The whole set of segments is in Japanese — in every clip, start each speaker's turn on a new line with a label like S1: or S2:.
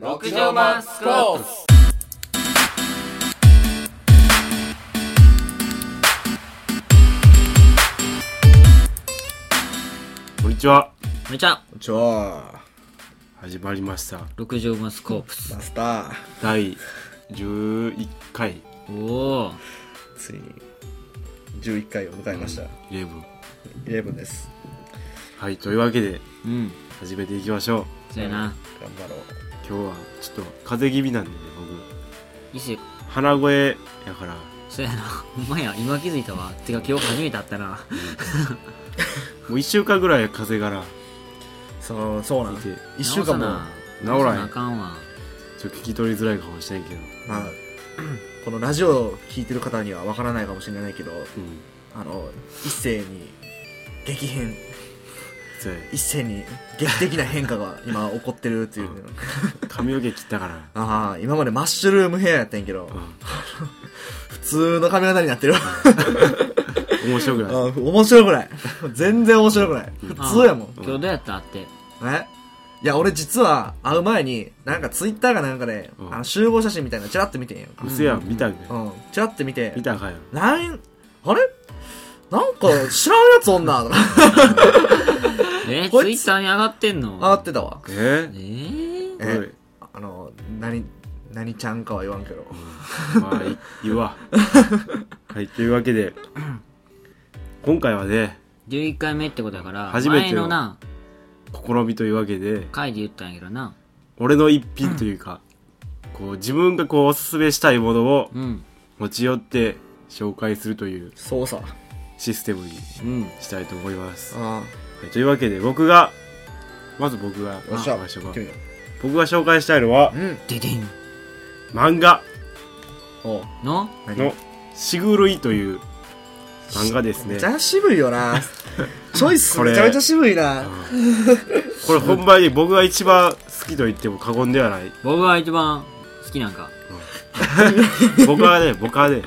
S1: 極上マンスコース
S2: こんにちは
S1: めちゃ
S3: ちょ
S2: 始まりました
S1: 六畳マスコープス
S3: マスター
S2: 第11回
S1: おお
S3: ついに11回を迎えました、
S2: 11
S3: イレブンです
S2: はいというわけで
S1: うん
S2: 始めていきましょう
S1: そうやな
S3: 頑張ろう
S2: 今日はちょっと風邪気味なんでね
S1: 伊勢
S2: 僕鼻声やから
S1: そうやな ほんまや今気づいたわてか今日初めて会ったな
S2: もう1週間ぐらい風邪から
S3: そうそうなん
S2: いて
S3: 1週間も
S2: 治らへん
S1: んあかんわ
S2: ちょっと聞き取りづらいかもしれんけど
S3: まあ このラジオを聞いてる方にはわからないかもしれないけど
S2: うん
S3: あの一斉に激変
S2: そうや
S3: 一斉に劇的な変化 が今起こってるっていう、
S2: うん髪の毛切ったから
S3: ああ今までマッシュルームヘアやったんやけど、
S2: う
S3: 普通の髪型になってる
S2: ん面白く
S3: あ
S2: ない
S3: ー面白くない全然面白くない普通やもん
S1: 今日どうやったって
S3: えいや、俺実は会う前に、なんかツイッターかなんかで、
S2: うん
S3: あの集合写真みたいなのチラッと見てんよ。
S2: うせや見たんかい
S3: うん。チラッと見て
S2: 見、たんかよ
S3: なん、あれなんか知らんやつおんな、とか。
S1: えー、
S3: こ
S1: ツイ
S3: いつ
S1: ッターに上がってんの
S3: 上がってたわ。
S2: え
S1: えー、
S2: ー
S3: え
S2: おい
S3: あの、何、何ちゃんかは言わんけど。
S2: まあ、い言う わ。はい、というわけで、今回はね、
S1: 11回目ってことやから
S2: 初めて
S1: 前
S2: よ
S1: のな
S2: 試みというわけで、
S1: 回で言ったんやけどな
S2: 俺の一品というか、こう、自分がこう、おすすめしたいものを
S1: うん
S2: 持ち寄って紹介するという
S3: そうさ。
S2: システムに
S1: うん
S2: したいと思います。は
S3: あ
S2: い、というわけで、僕が、まず僕が、
S3: あ。よっしゃ。
S2: まあ
S3: 行
S2: 僕
S3: って
S2: が
S3: みよ
S2: 僕が紹介したいのは
S3: う。、うん。
S1: ででん
S2: 漫画
S3: おう
S1: の
S3: 何
S2: の、しぐるいという漫画です
S3: め
S2: ね
S3: ち。ゃ渋いよな。チョイス
S2: これ
S3: めちゃめちゃ渋いな。
S2: これ、ほんまに 僕が一番好きと言っても過言ではない。
S1: 僕が一番好きなんか
S2: 僕はね、僕はね、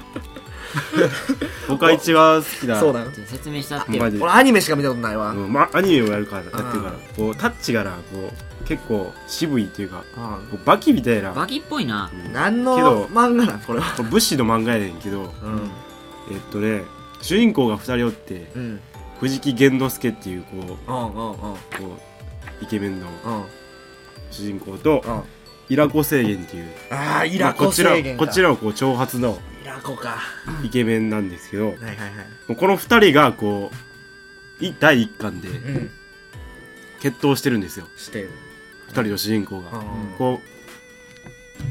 S2: 僕は一番好きな、
S3: そうだな。
S1: ちょっと説明したっ
S2: ほんま
S1: て
S2: に
S3: 俺アニメしか見たことないわ。
S2: あ
S3: うん。
S2: のま、アニメをやるから、やって
S3: ー
S2: るから、こう、タッチがな、こう、結構渋いというか、
S3: あ
S2: こうバキみたいな、
S1: バキっぽいな
S2: うん
S3: 何
S2: け
S3: の
S2: ど
S3: 漫画なんこれは。
S2: これ武士の漫画やねんけど、
S3: うん。
S2: えっとね、主人公が二人おって、
S3: うん。
S2: 藤木玄之介っていう、こう、
S3: うんうんうん
S2: こう、イケメンの
S3: うん
S2: 主人公と、
S3: あ
S2: イラコ制限っていう、
S3: あイ
S2: まあ
S3: ラコ
S2: こち
S3: 制
S2: ら、
S3: 限
S2: こ
S3: か
S2: ちらをこう、挑発の
S3: イラコかは
S2: イケメンなんですけど
S3: い、はいはい
S2: この二人が、こう、い第一巻で
S3: うん
S2: 決闘してるんですよ。
S3: してる
S2: 二人の主人公
S3: うん
S2: が、こ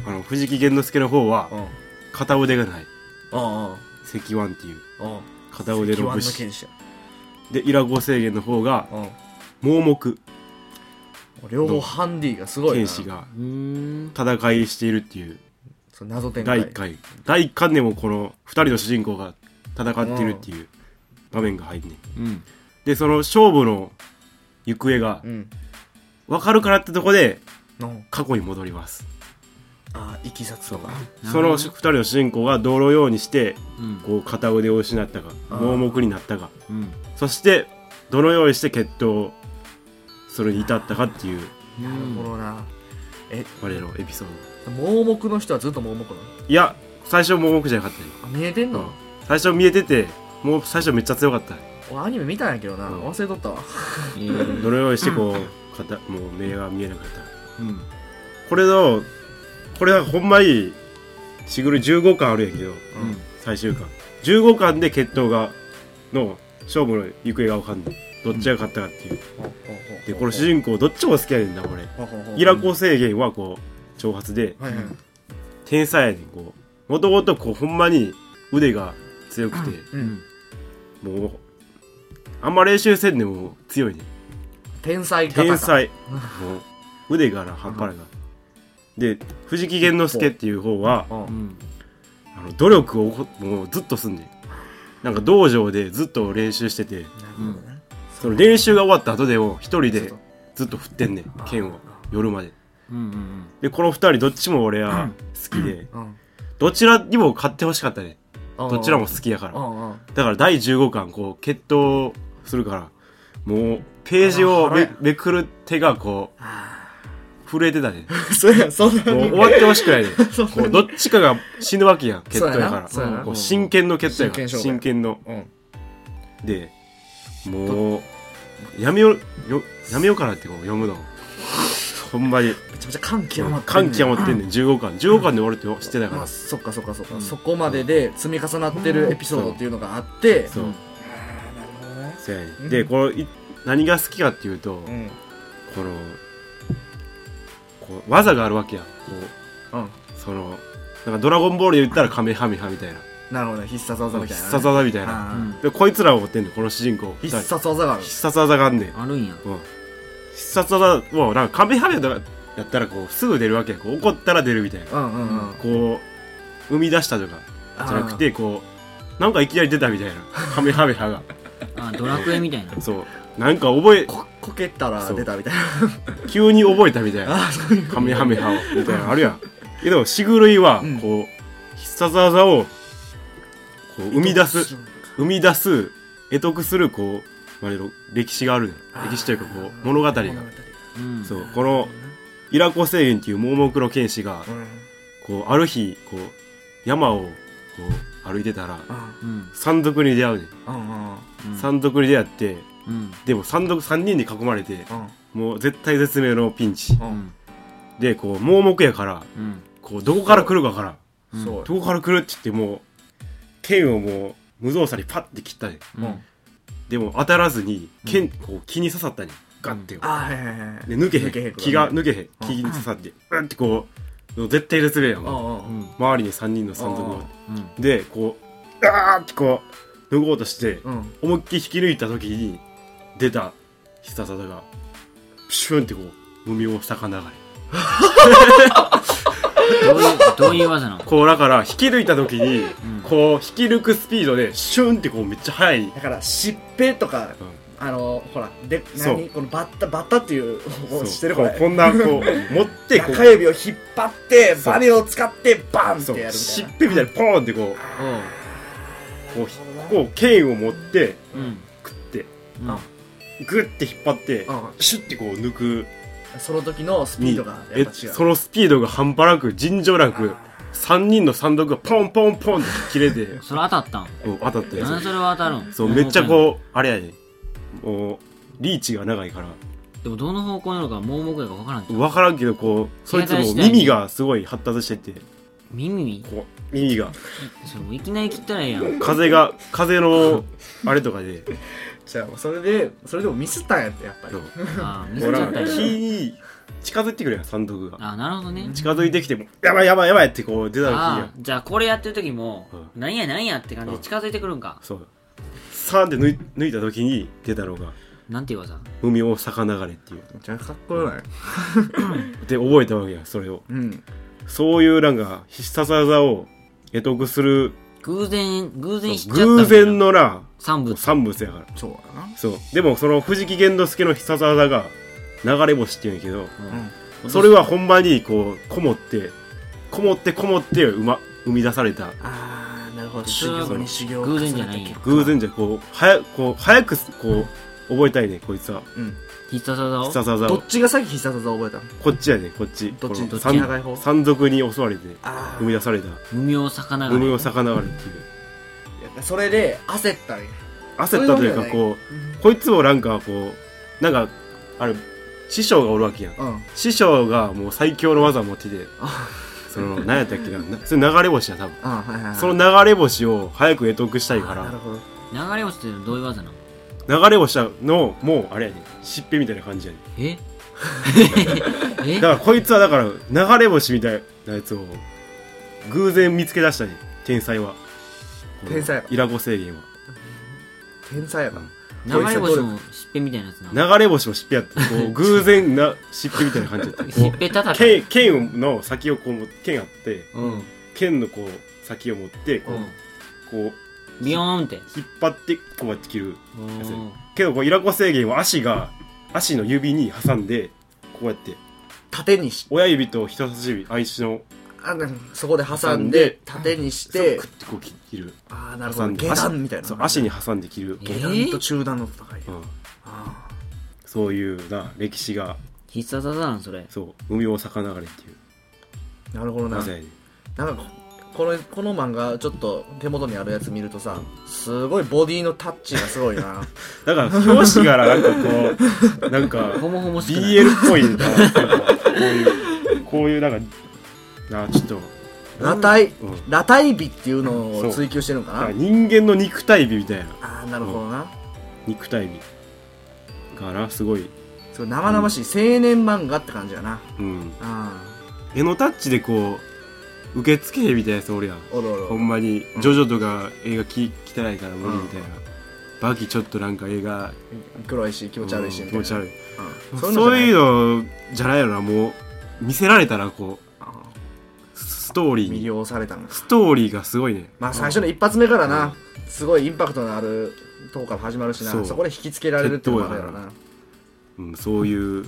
S2: うあの藤木玄之介の方は
S3: うんうん
S2: 片腕がない
S3: うん
S2: 石腕っていう
S3: うん
S2: 片腕の武士
S3: 剣士や
S2: でイラゴ制限の方が
S3: う
S2: 盲目
S3: ん両方ハンディがすごいな
S2: 剣士が
S1: うーん
S2: 戦いしているっていう
S3: そう謎展
S2: 第
S3: 開
S2: 1回第1巻でもこの2人の主人公が戦ってるっていう場面が入んねん
S1: うん
S2: でその勝負の行方が
S3: うん
S2: 分かるからってとこで
S3: の
S2: 過去に戻ります
S3: ああいきさつとか
S2: その2人の主人公がどのようにして
S1: うん
S2: こう片腕を失ったか
S3: あー
S2: 盲目になったか
S1: うん
S2: そしてどのようにして決闘それに至ったかっていう
S3: なるほどな
S2: 我々のエピソード
S3: 盲目の人はずっと盲目なの
S2: いや最初盲目じゃなかったね、
S3: あ見えてん
S2: うん
S3: の
S2: 最初見えててもう最初めっちゃ強かったね
S3: 俺アニメ見たんやけどな
S2: うん
S3: 忘れとったわ
S1: えー
S2: どのようにしてこう片もう目が見えなかった
S1: うん
S2: これのこれはほんまにシグル15巻あるんやけど
S3: うん
S2: 最終巻15巻で決闘がの勝負の行方が分かんないどっちが勝ったかっていう でこの主人公どっちも好きやねんな俺イラコ制限はこう挑発で
S3: はいはい
S2: 天才やねんこうもともとこうほんまに腕が強くて
S3: う
S1: うんん
S2: もうあんま練習せんでも強い ねん
S3: 天才型か
S2: 天才もう腕がな半端ないからで藤木玄之介っていう方は
S3: うん
S1: うん
S2: あの努力をこもうずっとすんねんなんか道場でずっと練習してて
S3: なるほどな
S2: その練習が終わった後でも一人
S3: ずっ
S2: で
S3: と
S2: ずっと振ってんねん剣を夜まで
S1: うんうん
S2: でこの二人どっちも俺は好きで
S3: うん
S2: どちらにも勝ってほしかったねどちらも好きやから
S3: うんうん
S2: だから第15巻こう決闘するからもうページを
S3: あら腹
S2: め
S3: や
S2: めくる手がこう
S3: あ
S2: 二震えてたね
S3: そうや そうだ
S2: もう終わってほしくないね
S3: そう
S2: こうどっちかが死ぬわけやん決闘やから
S3: そうやなそうやな
S2: こう真剣の決闘やから
S3: 真剣勝負や
S2: 真剣の
S3: うん
S2: でもうやめよよやめようかなってこう読むのほんまに
S3: めちゃめちゃ感極まって
S2: 感極まってん
S3: ね
S2: ねん15巻15巻で終わるって知ってた
S3: だ
S2: か
S3: かららそっかそっかそっか、
S2: うん
S3: そこまでで積み重なってるエピソードっていうのがあって
S2: そううん
S3: あーなるほどね
S2: そうやね
S3: うん
S2: んでこのい何が好きかっていうと
S3: うん
S2: このこう技があるわけやんこ
S3: うん
S2: うそのなんかドラゴンボールで言ったらカメハメハみたいな
S3: なるほどね必殺技みたいなね、
S2: 必殺技みたいな
S3: あー
S2: でこいつらを追ってんねんこの主人公
S3: 必
S2: 二人
S3: 殺技がある
S2: 必殺技があんねん
S1: あるんや
S2: うん必殺技もうなんかカメハメハやったらこうすぐ出るわけやんこう怒ったら出るみたいな
S3: うんうんうん
S2: こう生み出したとかじゃなくてこうなんかいきなり出たみたいなカメハメハが
S1: あドラクエみたいな
S2: そうなんか覚え
S3: ここけたら
S2: そう
S3: 出たみたい
S2: 急に覚えたみたい
S3: な
S2: な
S3: あーそういう
S2: カメハメハをみたいなのあるやんけどしぐるいは
S3: うん
S2: こう必殺技をこう生み出す生み出す得得するこうまあ歴史があるね
S3: あー
S2: 歴史というかこう物語が
S1: うん
S2: そうこのイラコ星雲っていう盲目の剣士が
S3: うん
S2: こうある日こう山をこう歩いてたら
S3: あ
S1: うん
S2: 山賊に出会うねん
S3: ーうんうん
S1: うん
S2: 山賊に出会って
S1: うん
S2: でも山賊3人に囲まれて
S3: うん
S2: もう絶対絶命のピンチ
S3: う
S1: うんん
S2: でこう盲目やから
S1: うん
S2: こうどこから来るかわからん
S1: うん
S3: そう
S2: どこから来るって言ってもう剣をもう無造作にパッて切ったね
S1: うん
S3: うん
S2: でも当たらずに
S1: うん
S2: 剣こう木に刺さったねガッて
S3: あーはいはいはい
S2: で抜け
S3: 抜けへ
S2: へ
S3: ん
S2: ん木が抜けへん
S3: うん
S2: 木に刺さってうんってこう絶対絶命やん
S3: うんうんうん
S1: うん
S2: 周りに3人の山賊
S3: あ
S2: がでこうあーってこう脱ごうとして
S3: うん
S2: 思いっきり引き抜いた時に出た必殺技がプシュンってこう無名を逆流れ
S1: どういうどういう技なの
S2: こうだから引き抜いた時
S1: う
S2: に
S1: ん
S2: こう引き抜くスピードでシュンってこうめっちゃ速い、
S3: だからしっぺとかあのほらで
S2: そう
S3: 何このバッタバッタっていう方
S2: そう
S3: 法してるこ
S2: こ
S3: れ
S2: うこんな こう持ってこ
S3: 中指を引っ張って
S2: そう
S3: バネを使ってバン
S2: う
S3: っ
S2: そ
S3: て
S2: う
S3: やるみた
S2: し
S3: い
S2: っ
S3: な
S2: ぺみたいにポーンってこうこうひこう剣を持って
S1: うん
S2: くって
S1: うん
S3: あ
S2: グッて引っ張って
S3: うん
S2: シュッてこう抜く
S3: その時のスピードがや
S2: え
S3: っぱ違う
S2: そのスピードが半端なく尋常なく3人の山賊がポンポンポンって切れ て
S1: それ当たったん
S2: うん当たったやつ
S1: 何それは当たるん
S2: そう、めっちゃこう、あれやねもう、リーチが長いから。
S1: うでもどの方向なのか盲目やか分からんけど
S2: わからんけど、こう、そいつ
S1: 携帯
S2: も
S1: してない
S2: 耳がすごい発達してて、
S1: 耳
S2: こう、耳が、
S1: それもういきなり切ったらええやん
S2: 風が、風の、あれとかで、
S3: じゃあそれでそれでもミスったんやってやっぱり
S2: そう
S1: あー見
S2: ほ
S1: せちゃ
S2: ら
S1: った、
S2: 火
S1: り
S2: に近づいてくるやん、山賊が。
S1: あーなるほどね
S2: 近づいてきても、やばいやばいやばいってこう、出た
S1: あ
S2: 時や
S1: あ。じゃあこれやってる時も、
S2: う
S1: なんやなんやって感じで近づいてくるんか、
S2: そう。サーンって抜い抜いた時に出たのが、
S1: なんていう技
S2: 海を逆流れっていう。
S3: めっちゃかっこよない
S2: で、覚えたわけや、それを。
S3: うん
S2: そういうなんか、必殺技を、得得する、
S1: 偶然偶然知っちゃった
S2: 偶然のな、
S1: 産物
S2: 産物やから。
S3: そうだな
S2: そうでもその藤木玄之介の必殺技が流れ星っていうんやけど
S3: うん
S2: それはほんまにこうこもってこもってこもってうま生み出された
S3: ああなるほど
S1: そ
S3: 修
S1: れは
S3: 行に修行を
S1: 偶然じゃないん
S3: 重ねた
S1: や
S3: 結果
S2: 偶然じゃこうはやこう早くすこう覚えたいねこいつは
S3: うん
S1: 必殺技を
S2: 必殺技
S3: ど
S2: を
S3: っちが先必殺技を覚えたの
S2: こっちやねこっち
S3: どっち
S2: この
S3: どっち
S2: 山
S3: 長い方
S2: 山賊に襲われて
S3: あ
S2: 生み出された
S1: 無名魚が、
S2: 海
S1: ね、
S2: を逆流れっていう
S3: あそれで焦ったんや
S2: 焦ったというか
S3: そう
S2: こうこいつもなんかこうなんかあれ師匠がおるわけやん
S3: うん
S2: 師匠がもう最強の技を持って て
S3: あ
S2: その何やったっけななそれ流れ星や多分
S3: あはいはいはい
S2: その流れ星を早く得得したい
S3: あ
S2: か
S3: ーなる
S2: ら
S3: ほど
S1: 流れ星っていうのはどういう技なの
S2: 流れ星のもうあれやねしっぺみたいな感じやね
S1: え
S2: だ
S1: え
S2: からこいつはだから流れ星みたいなやつを偶然見つけ出したね天才は
S3: 天才
S2: イラゴ制限は
S3: 天才やな
S1: 流れ星もしっぺみたいなやつな
S2: 流れ星もしっぺやってこう偶然なしっぺみたいな感じ やった
S1: しっ
S2: こう
S1: ぺ叩く
S2: 剣剣の先をこう持剣あって
S1: うんうん
S2: 剣のこう先を持ってこう,、こ
S1: ビヨーンって
S2: う引っ張ってこうやって切る
S1: うん
S2: けどこうイラコ制限は足が足の指に挟んでこうやって
S3: 縦にし
S2: 親指と人差し指相手の
S3: あなんかそこで挟
S2: 挟
S3: ん
S2: ん
S3: で
S2: で
S3: 縦にし
S2: そう
S3: て
S2: クッてこう切る
S3: ああなるほ
S2: 挟
S3: ど
S2: んで
S3: 下段みたいな
S2: そう足に挟んで切る、
S1: え
S3: 下段と中段の戦い
S2: うん
S3: あ
S2: そういうな歴史が
S1: 必殺技なんそれ
S2: そう海を魚がれっていう
S3: なるほどな
S2: 技やねん
S3: なんかこのこの漫画ちょっと手元にあるやつ見るとさすごいボディのタッチがすごい な
S2: だから表紙からなんかこうなんか
S1: ほもほもしくない
S2: BL っぽいみたいななんかこういうこういうなんかなちょっと
S3: 裸体
S2: うん
S3: 裸体美っていうのを追求してるのかな
S2: なんか人間の肉体美みたいな
S3: ああなるほどな、
S2: 肉体美からすごい、
S3: すごい生々しい青年漫画って感じやな
S2: うん、
S3: あ
S2: 絵のタッチでこう受付みたいなやつおるやん
S3: おるおる
S2: ほんまにジョジョとか映画き汚いから無理みたいな、
S3: う
S2: バキちょっとなんか映画
S3: 黒いし気持ち悪いしみ
S2: う
S3: た
S2: ん
S3: い
S2: 気
S3: な
S2: 持ち悪い
S3: うん
S2: そう
S3: のじゃない
S2: いうのじゃないよなもう見せられたらこ
S3: あ
S2: うストーリー
S3: ー魅
S2: に
S3: 了されたんです
S2: ストーリーがすごいね
S3: まあ最初の一発目からなすごいインパクトのあるとこから始まるしな
S2: そ
S3: そうこで引きつけられるってことだよ
S2: 決闘や
S3: な
S2: うん、そういう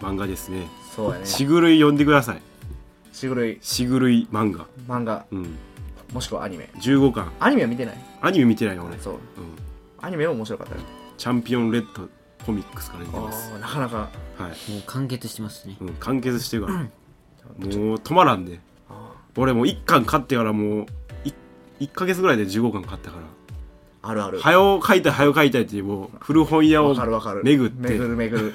S2: 漫画ですね。
S3: そうやね
S2: しぐるい読んでください。
S3: しぐるい
S2: しぐるい漫画。
S3: 漫画
S2: うん。
S3: もしくはアニメ
S2: 15巻。
S3: アニメは見てない
S2: アニメ見てないよ、俺。うん。
S3: そうアニメも面白かったよ
S2: チャンピオンレッドコミックスから出てます。
S3: ああなかなか
S2: はい。
S1: もう完結してますね
S2: うん、完結してるから。もう止まらんで。
S3: あ
S2: 俺もう1巻買ってからもうい、1ヶ月ぐらいで15巻買ったから。
S3: ーあるある
S2: はよ書いたい、はよ書いたいって、もう、古本屋を
S3: わかるわかる
S2: 巡っ
S3: 巡
S2: て
S3: る 巡る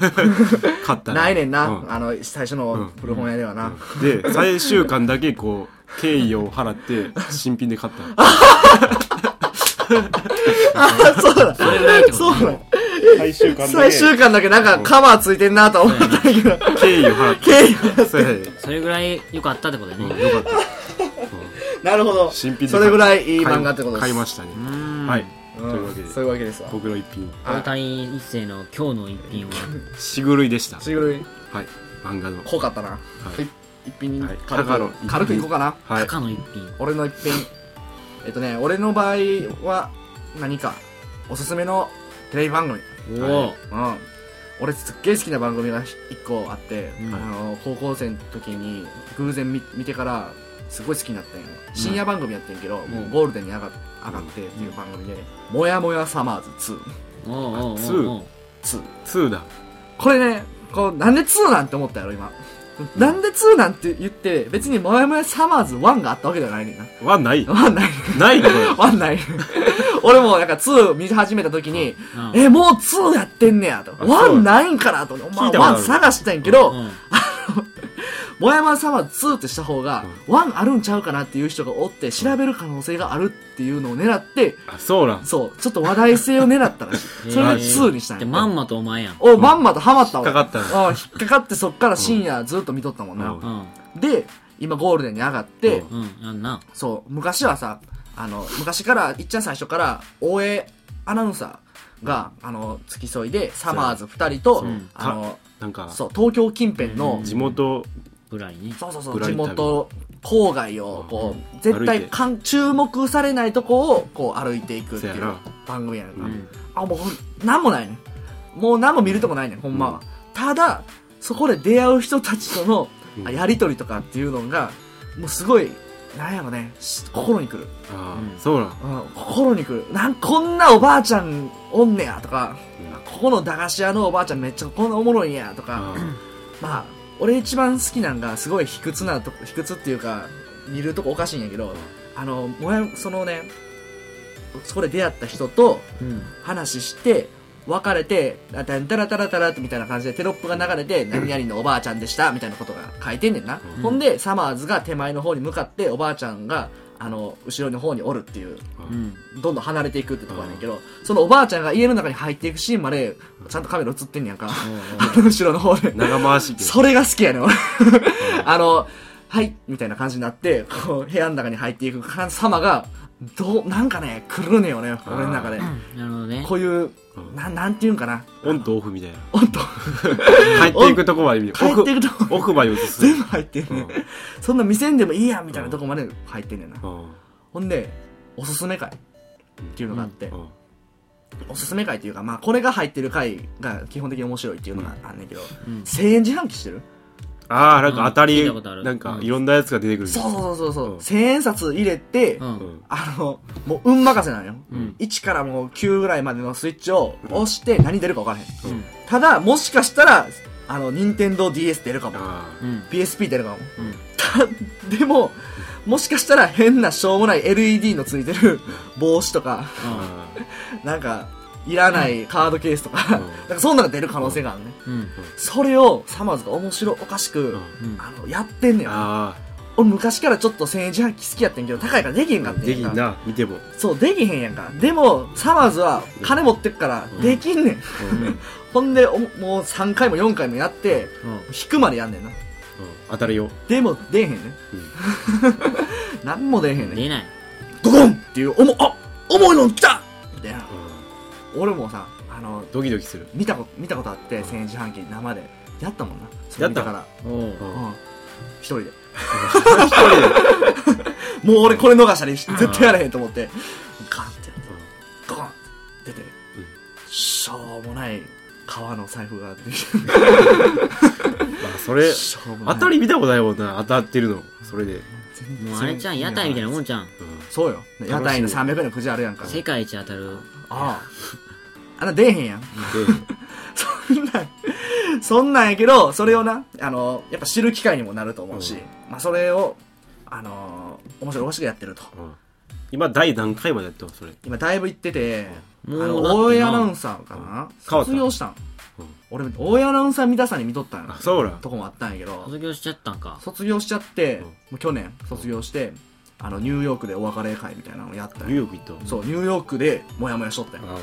S2: 買ったら
S3: ないねんな、
S2: うん
S3: あの最初の古本屋ではな、
S2: で、最終巻だけこう、敬意を払って、新品で買った。
S3: あ そうだ
S1: れぐらいってこと
S3: そうだ
S2: 最終巻
S3: 最終巻だけなんかカバーついてんなと思ったけど
S2: 敬意を払って。
S3: 経緯
S2: そうやね
S1: それぐらい良かったってことだね
S2: うん、よかった。
S3: なるほど
S2: 新品で
S3: それぐらいいい漫画ってことです
S2: 買い買いましたね
S1: う。ん
S2: はい。
S3: うん
S2: というわけで
S3: そういうわけですわ
S2: 僕の一品、
S1: 大谷一世の今日の一品は
S2: しぐるいでした。
S3: しぐるい
S2: はい。漫画の。
S3: 濃かったな、一一品
S2: はい
S3: 軽く、
S2: 高野一
S3: 軽くいこうかな
S2: はい。
S1: 赤の一品
S3: 俺の一品えっとね俺の場合は何かおすすめのテレビ番組
S1: お
S2: は
S1: お
S3: うん俺すっげえ好きな番組が一個あって、
S1: うん
S3: あの高校生の時に偶然見見てからすごい好きになったんよ深夜番組やってんけど、もうゴールデンに上が上がってっていう番組で「もやもやサマーズ2」
S1: おおおお
S2: ツ
S1: お
S2: ー
S1: お
S3: 2
S2: 2だ。
S3: これねこうなんで2なんて思ったやろ今なんで2なんて言って別に「もやもやサマーズ1」があったわけじゃないねんな
S2: はない。
S3: 1ない
S2: ないのこれ。
S3: 1ない俺もなんか2見始めた時に「えもう2やってんねや」と「
S2: あそう
S3: 1ないんかな」と思って「ま
S2: 聞
S3: あ
S2: いたことある
S3: 1探したんやけど、
S1: うん
S3: もやもやさんは2ってした方が、1あるんちゃうかなっていう人がおって、調べる可能性があるっていうのを狙って、
S2: あ、そうなん。引
S3: そう、ちょっと話題性を狙ったらし
S1: へ
S3: い。
S1: ー
S3: それで2にしたん
S1: で
S3: や。
S1: まんまとお前やん
S3: お、まんまとハマった
S2: っ
S3: わ。
S2: かかったな。
S3: うん引っかかってそっから深夜ずっと見とったもんな。
S1: う
S2: う
S1: ん
S3: で、今ゴールデンに上がって、
S2: うん
S1: うんやんな
S3: そう、昔はさ、あの、昔から、いっちゃん最初から、大江アナウンサーが、あの、付き添いで、サマーズ2人と
S2: そう、
S3: あの、
S2: なんか、
S3: そう、東京近辺の、
S1: うん
S2: 地元、
S1: ぐらいね
S3: そうそうそ
S2: ぶ
S3: う
S2: ら
S3: 地
S2: り旅
S3: 元郊外をこう絶
S2: 歩い
S3: 対
S2: て
S3: かん注目されないとこをこう歩いていくってい
S2: そう
S3: う
S2: やな
S3: 番組やねん
S1: う
S3: な、
S1: ん
S3: あもうほんなんもないねんもう何も見るとこないねんほんまは、ただそこで出会う人たちとの
S2: うん
S3: あやりとりとかっていうのがもうすごいなんやろねし心にくる、
S2: あ
S1: う
S2: あ、
S1: ん
S2: そうなん。
S3: うん、心にくるなんこんなおばあちゃんおんねやとかここの駄菓子屋のおばあちゃんめっちゃこんなおもろいんやとか、
S2: ああ
S3: まあ俺一番好きなんがすごい卑屈なとこ卑屈っていうか見るとこおかしいんやけどあのもやそのねそこで出会った人と
S1: うん
S3: 話して別れて「だんたらたらたら」みたいな感じでテロップが流れて「何々のおばあちゃんでした」みたいなことが書いてんねんな、
S2: うん
S3: ほんでサマーズが手前の方に向かっておばあちゃんがあの後ろの方におるっていう
S1: うん
S3: どんどん離れていくってとこやねんけど、そのおばあちゃんが家の中に入っていくシーンまでちゃんとカメラ映ってんねやんか、あの 後ろの方で
S2: 長回し
S3: それが好きやねん、俺。あの、はい、みたいな感じになって、こう、部屋の中に入っていくか様が、どう、なんかね、来るねよね、俺の中で。
S1: なるほどね
S3: こういう
S2: う、ん
S3: なん、なんていうんかな。
S2: オンとオフみたいな。
S3: おっと、
S2: 帰っていくとこまで見る。
S3: 帰っていくとこ
S2: 奥奥まで映す。
S3: 全部入ってん
S2: う
S3: ね
S2: ん。
S3: そんな見せんでもいいやん、みたいなとこまで入ってんねんな。
S2: うん。
S3: ほんで、おすすめ会っていうのがあって
S2: う、ん
S3: おすすめ会っていうか、まあ、これが入ってる会が基本的に面白いっていうのがあんねんけど、
S1: うん
S3: 1000円自販機してる
S2: ああ、なんか当た
S1: うん聞
S2: り
S1: いたことあ、る
S2: なんか
S1: うん
S2: いろんなやつが出てくる。、
S3: そうそうそうそううん1000円札入れて、
S1: う
S2: うん
S1: ん
S3: あの、もう運任せなのよ。
S1: うん
S3: 1からもう9ぐらいまでのスイッチを押して何出るか分からへん。
S1: うん
S3: ただ、もしかしたら、あの任天堂 d s 出るかも
S2: あ
S1: うん
S3: PSP 出るかも
S1: うん
S3: たでももしかしたら変なしょうもない LED のついてる帽子とか
S2: あ
S3: なんかいらないカードケースとか、
S2: うん
S3: なんかそんなのが出る可能性があるね、
S1: うん
S3: それをサマーズが面白おかしく、
S2: うん
S1: うん
S3: あのやってんねよ
S2: あ
S3: 俺昔からちょっと1000円自販機好きやってんけど高いからできへんかっ
S2: ー
S3: て
S2: で
S3: ん
S2: き
S3: や
S2: ん
S3: んか
S2: な見 ても
S3: そうできへんやんかでもサマーズは金持ってっから
S2: うん
S3: できんねん、
S2: うんうん
S3: ほんでおもう3回も4回もやって
S1: うん
S3: 引くまでやんねんな
S2: 当たるよ
S3: でも出えへんね、
S2: うんん、
S3: 何も出えへんねん
S1: 出ない
S3: ドコンっていう重あ重いの来たみたいな俺もさあの
S2: ドキドキ する
S3: 見たこと見たことあって1000円自販機生でやったもんなそれ見から
S1: おう
S2: うん
S3: うん一人で
S2: 一人で
S3: もう俺これ逃したりし絶対やらへんと思ってガンってやってドコンって出てしょうもない革の財布が出てきて
S2: まあそれ
S3: しょうもない
S2: 当たり見たことないもんな当たってるのそれで
S3: 全然
S1: もうあれちゃん屋台みたいなもんちゃん
S3: そうよ屋台の300円のくじあるやんか
S1: 世界一当たる
S3: あああんな出えへんやん そんなん、そんなんやけど、それをな、あの、やっぱ知る機会にもなると思うし、
S2: うん
S3: まあそれを、あのー面白いおかしくやってると。
S2: うんうん今第何回までやってますそれ
S3: 今だいぶ行ってて、
S1: もう
S3: あの、
S1: だってな
S3: 大江アナウンサーかな
S2: 変わった
S3: 卒業したん。
S2: うん
S3: 俺、大江アナウンサー見たさに見とったんや
S2: あそうなん
S3: とこもあったんやけど、
S1: 卒業しちゃったんか
S3: 卒業しちゃって、
S2: うん
S3: もう去年卒業して、あの、ニューヨークでお別れ会みたいなのをやったん
S2: ニ
S3: や
S2: ューヨーク行った
S3: そう、ニューヨークでモヤモヤしとったんや
S2: あ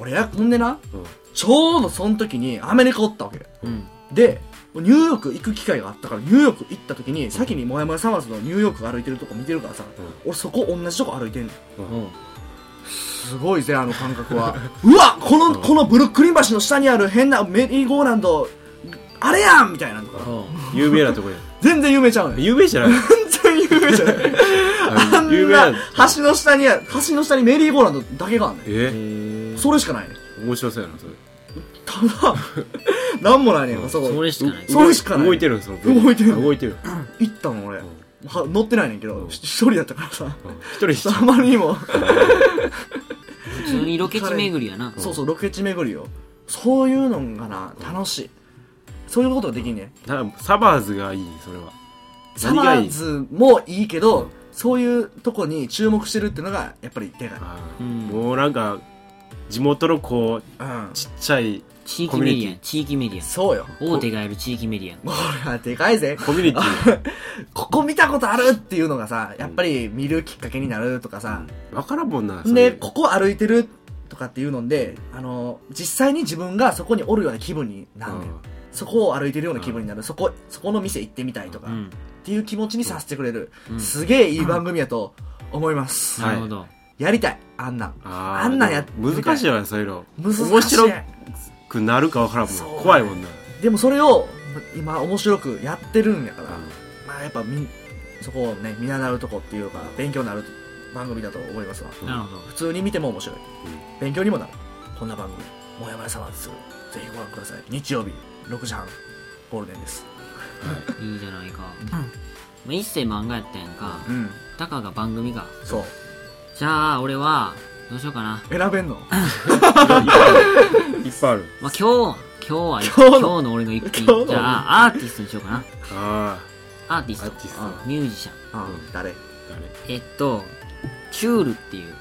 S3: 俺や、ほんでな、
S2: ーうん
S3: ちょうどその時にアメリカおったわけ。
S1: うん
S3: でニューヨーク行く機会があったからニューヨーク行った時に先にもやもやサマーズのニューヨークが歩いてるとこ見てるからさ、
S2: うん
S3: 俺そこ同じとこ歩いてんの
S1: おう
S3: すごいぜあの感覚は うわこのこのブルックリン橋の下にある変なメリーゴーランドあれやんみたいなのとか
S1: おう
S2: 有名なとこや
S3: 全然有名ちゃうねん
S2: 有名じゃない
S3: 全然有名じゃないあ
S2: 有
S3: ん
S2: 名
S3: な
S2: な
S3: 橋の下にある橋の下にメリーゴーランドだけがあんねん
S1: へ
S2: え
S1: ー
S3: それしかないねん
S2: 面白そうやなそれ
S3: ただなんもないねんそこ
S1: そ
S3: 行
S1: れしかない
S3: それしかない
S2: 動いてるんその
S3: 動いてる
S2: 動いてる
S3: ったの俺、
S2: ん
S3: は乗ってないねんけど、
S2: うん
S3: 一人だったからさ
S2: うん一人一人
S3: あまりにも
S1: 普通にロケ地巡りやな
S3: そうそう、ロケ地巡りを。そういうのがな、楽しい。そういうことができんね。
S2: なサマーズがいいそれは
S3: サ
S2: 何
S3: マ
S2: がい
S3: ー
S2: い
S3: ズもいいけ
S2: う
S3: ど
S2: ん、
S3: そういうとこに注目してるってのが、やっぱりでかい。
S2: あ
S1: う
S2: ー
S1: ん
S2: もうなんか地元のこ
S3: う
S2: う
S3: ん。
S2: ちっちゃい
S1: 地域メディア地域メディア
S3: そうよ。
S1: 大手がやる地域メディア
S3: もう俺はでかいぜ。
S2: コミュニティ
S3: ここ見たことあるっていうのがさ、やっぱり見るきっかけになるとかさ。
S2: 分からんもんなそれ
S3: で、ここ歩いてるとかっていうので、あの、実際に自分がそこにおるような気分になるねん
S2: うん
S3: そこを歩いてるような気分になる。そこ、そこの店行ってみたいとか。
S1: うん
S3: っていう気持ちにさせてくれる、
S1: うん
S3: すげえいい番組やと思います、
S1: なるほど
S3: やりたいあんなん
S2: あー
S3: あんなんやっ
S2: でも難しいよねそういうの
S3: 難しい
S2: 面白くなるか分からん
S3: そう
S2: もん怖いもんな
S3: でもそれを今面白くやってるんやから、
S2: う
S3: まあやっぱみんそこをね見習うとこっていうか勉強になる番組だと思いますわ
S2: ん
S1: なるほど
S3: 普通に見ても面白い、
S2: ん
S3: 勉強にもなるこんな番組「もやもやさまです」ぜひご覧ください日曜日6時半ゴールデンです
S1: いいじゃないかまあ一世漫画やったやんか
S3: うん
S1: たかが番組か
S3: そう
S1: じゃあ俺はどうしようかな
S3: 選べんの
S2: いっぱいある
S1: まあ今日今日は
S3: 今日の
S1: 今日の俺の一
S3: 今日の
S1: 品じゃあアーティストにしようかな
S2: あ
S1: アーティス
S2: あアーティスト
S1: トミュージシャン
S3: あ
S2: うん
S3: 誰
S2: あれ
S1: えっとチュールっていう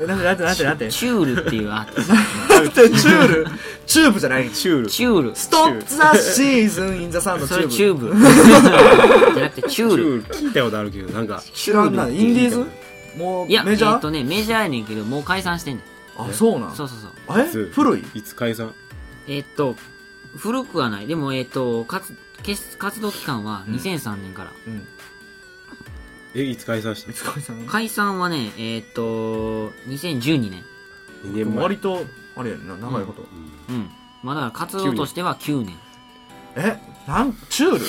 S3: えなんてなんてなんてなんて
S1: チュールっていうアーティスト
S3: だってチュールチューブじゃない
S2: チュール
S1: チュール
S3: ストップザシーズンインザサンドチ
S1: そ
S3: ュー
S1: れ
S3: ブ
S1: チューブ じゃなくてチュール
S2: チュール聞いたことあるけどなんか
S3: 知らんな
S1: チュール
S3: インディーズもう
S1: いや
S3: メジ
S1: え
S3: ャ
S1: っ
S3: ー
S1: とねメジャーやねんけどもう解散してんねん
S3: あそうなん
S1: そうそうそう
S3: え
S2: いつ
S3: 古い
S2: いつ解散
S1: えっと古くはないでもえっと活結活動期間は
S3: うん
S1: 2003年から、
S3: うん
S2: えいつ解散した
S3: 三つ子さん
S1: 解散はねえっと2012年
S2: 2年前
S3: 割とあれやねんな長いこと
S2: うん
S1: うんまあだから活動としては9年
S3: えなんチュール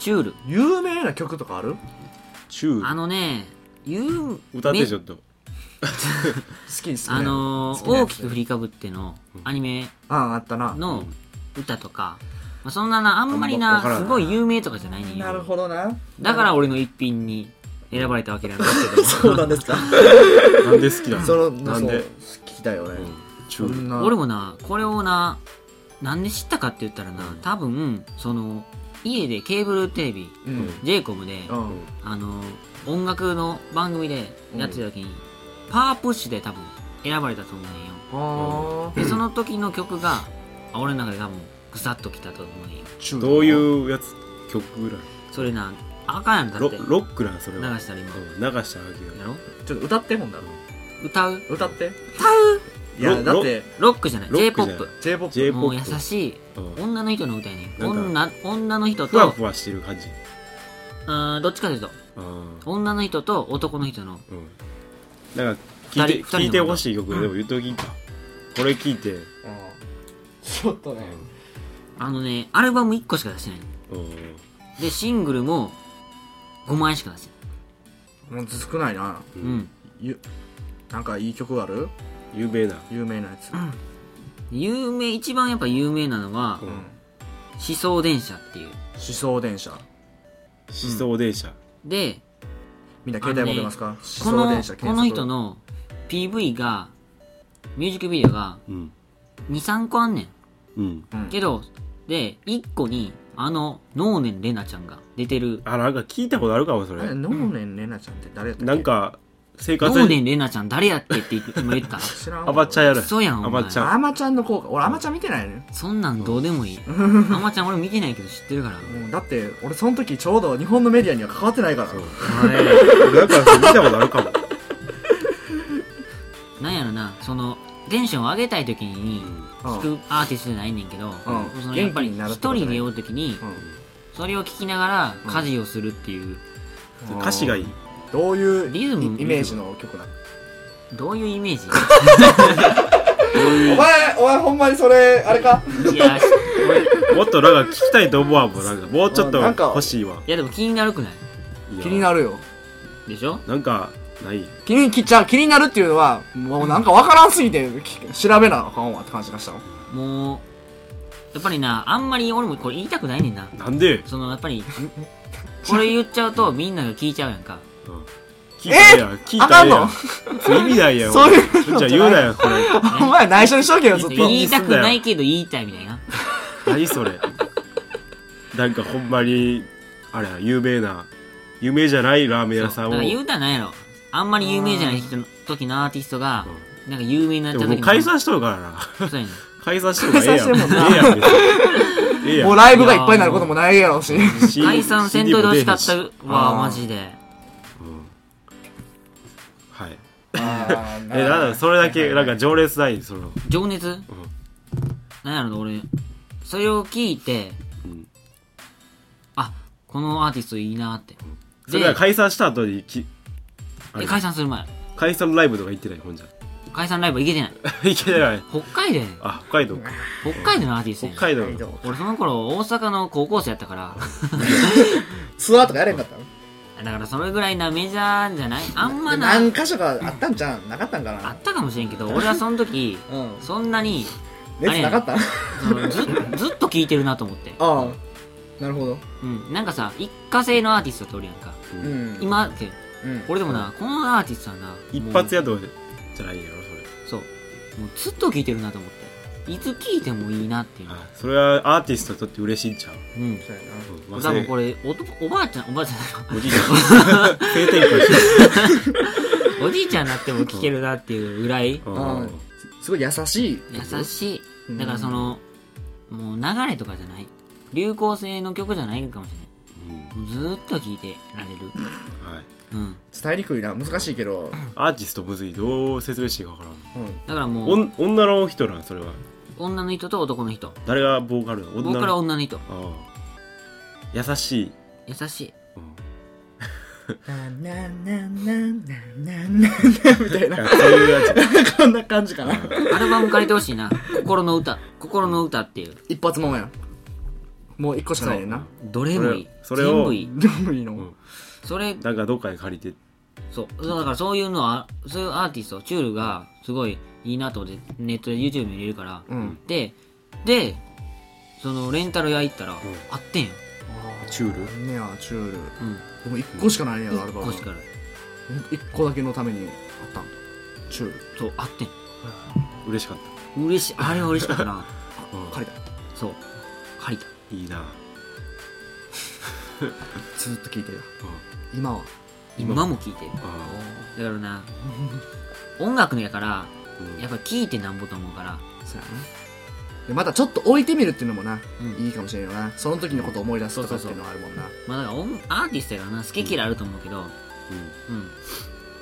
S1: チュール
S3: 有名な曲とかある好
S2: チュ
S1: あ
S2: ー
S1: のね言う
S2: ル歌って
S1: め
S2: ちょっと
S3: き好き
S1: あのー
S3: 好きなや
S1: 大
S3: つ
S1: きく振りかぶってのアニメ
S3: あああったな
S1: の歌とか、まあ、そんななあんまり
S2: あんまわから
S1: なんす
S2: な
S1: ごい有名とかじゃないねんよ
S3: なるほどな
S1: だから俺の一品に選ばれたわけなんですけど
S3: そうなんですか
S2: なんで好きなの
S3: その
S2: な
S3: なんんで
S2: で
S3: 好きだよね
S2: うんチュール
S1: 俺もなこれをななんで知ったかって言ったらな、
S2: うん
S1: 多分その家でケーブルテレビ
S3: うんうん
S1: JCOM で、あの音楽の番組でやってた時に、パワープッシュで多分選ばれたと思うねんよ
S3: あ
S1: でその時の曲があ俺の中で多分ぐさっときたと思うねんよ
S3: ー
S2: どういうやつ曲ぐらい
S1: それなあかんやんだ
S2: ロ
S1: って流
S2: ロックなんそれは
S1: したら今
S2: うん流したわけよ
S1: やろ
S3: ちょっと歌ってもんだろ
S1: 歌う
S3: 歌ってい
S2: ロ
S3: やだって
S1: ロックじゃない
S2: ロッ
S1: j
S2: ク
S1: p
S2: じゃ
S3: j
S1: o p
S2: ない
S3: p o p
S2: J-POP
S1: もう優しい
S2: うん
S1: 女の人の歌やねん
S2: な
S1: 女女の人
S2: ふわ
S1: と
S2: ふわしてる感じ
S1: うんどっちかというと
S2: うん
S1: 女の人と男の人の
S2: うんなんか聞
S1: 二
S2: いて
S1: 人
S2: 聞いてほしい曲でも言っときんかこれ聞いて
S3: ちょっとね
S1: あのねアルバム1個しか出してない
S2: うん
S1: でシングルも5枚しか出して
S3: もう少ないな
S2: う
S1: ない、うんん、
S3: ゆなんかいい曲ある
S2: 有名な
S3: 有名なやつ
S1: 有名一番やっぱ有名なのは
S2: う
S3: うんん
S1: 「思想電車」っていう
S3: 思想電車
S2: 思想電車
S1: で
S3: みんな携帯持ってますか思
S1: こ
S3: 想
S1: の
S3: 電車検索
S1: この人の PV がミュージックビデオが
S2: うん
S1: 23個あんね
S2: うん
S3: うん
S1: んけどで1個にあの能年玲奈ちゃんが出てる
S2: あなんか聞いたことあるかもそ
S3: あれ
S2: れ
S3: 能年玲奈ちゃんって誰やったっけ
S2: なんか生活
S1: 能年玲奈ちゃん誰やってって今言った
S3: 知らんわ
S2: アバちゃんやろ
S1: そうやんお前
S2: アバちゃん
S3: アマちゃんの効果俺アマちゃん見てないのよ
S1: そんなんどうでもいいあんまちゃん俺見てないけど知ってるから
S3: もうだって俺その時ちょうど日本のメディアには関わってないから
S2: そう
S1: お
S2: なんか見たことあるかも
S1: いなんやろなそのテンションを上げたい時に聴
S3: うん
S1: くアーティストじゃないねんけど、そのやっ
S3: 元気
S1: ぱり
S3: になる
S1: 一
S3: ってことね
S1: 人で酔う時にそれを聴きながら家事をするっていう、
S3: うん
S2: 歌詞がいい
S3: どういう
S1: リズム
S3: イイメージの曲なの
S1: どういうイメージ
S3: お前お前ほんまにそれあれか
S1: いやし俺い
S2: もっとなんか聞きたいと思わんもんなんかもうちょっと
S3: なんか
S2: 欲しいわ
S1: やでも気になるくない
S3: 気にな
S2: る
S3: るよ
S1: でしょ
S2: なんかない
S3: 気にきちゃ気になるっていうのはもうなんかわからんすぎてき調べなあかんわって感じがしたの
S1: もうやっぱりなあんまり俺もこれ言いたくないねんな
S2: なんで
S1: そのやっぱりこれ言っちゃうとみんなが聞いちゃうやんか
S2: 聞いたらええやん聞いたらええやん
S3: あ
S2: 意味ないやん
S3: そういう
S2: 俺じゃあ言うなよこれ
S3: お前内緒にしとけよずっと
S1: 言いたくないけど言いたいみたいな
S2: 何それなんかほんまにあれや有名な有名じゃないラーメン屋
S1: そ
S2: さ
S1: うんだ
S2: を
S1: から言
S2: で
S1: うたらなんやろあんまり有名じゃない人の時のアーティストがなんか有名になっちゃ
S2: も
S1: った
S2: も
S1: 時
S2: う
S1: に
S2: 解散しとるからな
S1: そう やねん
S2: 解散しとるからええやん
S3: 解散してもんな
S2: ええやん別にええやん
S3: もうライブがいっぱいになることもないやろうし
S2: C-
S1: 解散せんといてほしかったわ
S3: あー
S1: マジで
S2: うんはい
S3: あー
S2: えなんだろうそれだけなんか情熱ないその
S1: 情熱、なんやろな俺それを聞いて
S2: うん
S1: あこのアーティストいいなって
S2: それは
S1: で
S2: 解散した後にきあ
S1: で
S2: れ
S1: 解散する前
S2: 解散ライブとか行ってないほん じゃ
S1: 解散ライブ行けてない
S2: いけない
S1: 北海道やねん
S2: あ北海道か
S1: 北海道のアーティスト
S2: 北
S1: やねん
S2: 海道
S1: 俺その頃大阪の高校生やったから
S3: ツアーとかやれんかったの
S1: だからそれぐらいなメジャーじゃないあんまな
S3: 何箇所かあったんじゃんなかったんか
S1: あ
S3: な
S1: ったかもしれんけど俺はその時
S3: うん
S1: そんなにあ
S3: 熱
S1: れ
S3: なかった
S1: そのずずっと聴いてるなと思って、
S3: ああなるほど
S1: うん、なんかさ一過性のアーティストっておるやんか
S2: う
S3: うんん
S1: 今って
S3: うん
S1: 俺でもなこのアーティストはな
S2: 一発
S1: や
S2: やとじゃないやろそれ
S1: そうもうずっと聴いてるなと思っていつ聴いてもいいなっていうの
S2: あそれはアーティストにとって嬉しいんちゃう
S1: うん
S3: そうやな
S2: うん
S1: 多分これおとおばあちゃんおばあちゃんだ
S2: おじいちゃん 性転換し
S1: ろおじいちゃんになっても聴けるなっていうぐらい
S2: てる
S3: あすごい優しい
S1: 優し
S3: う
S1: い
S3: ん
S1: だからそのもう流れとかじゃない流行性の曲じゃないかもしれない
S2: うん
S1: もうずーっと聴いてられる
S2: はい
S1: うん
S3: 伝えにくいな難しいけど、
S2: アーティストむずいどう説明していいかわからん
S3: うん、
S1: だからも
S2: お
S1: うん
S2: 女の人なんそれは
S1: 女の人と男の人
S2: 誰がボーカルなの
S1: 僕
S2: 女
S1: から
S2: の
S1: 女の人
S2: ああ優しい
S1: 優しい
S2: うん
S3: なななななななみたい
S2: いや
S3: な
S2: そういうやつ
S3: こんな感じかな
S1: アルバム借りてほしいな心の歌心の歌っていう
S3: 一発もんやもう一個しかないねんな
S1: どれもいい
S2: それそれを
S1: 全部いい
S3: でもいいの、
S2: ん
S1: それ
S2: なんかどっかで借りて
S1: そうだからそういうのはそういうアーティストチュールがすごいいいなと思ってネットで YouTube に入れるから、
S3: うん
S1: ででそのレンタル屋行ったら、あってんよ、
S2: チュール
S3: ねやチュール
S1: うん、
S3: でも一個しかないねやアル
S1: 1
S3: バム
S1: 個しかある
S3: 一個だけのためにあったんだチュール
S1: そうあって
S2: 嬉しかっ
S1: ん嬉しいあれは嬉しかったな
S2: たうん
S3: 借りた
S1: そう借りた
S2: いいな、
S3: ずっと聞いてる
S2: うん
S3: 今は
S2: 今
S1: 今も聴いてる
S2: あ
S1: だからな音楽のやから
S2: ーうん
S1: やっぱ聴いてなんぼと思うから
S3: そうやなでまたちょっと置いてみるっていうのもな、
S1: うん
S3: いいかもしれんよなその時のことを思い出すとかっていうのがあるもんな
S1: まあだから音アーティストやからな好き嫌いあると思うけどうん、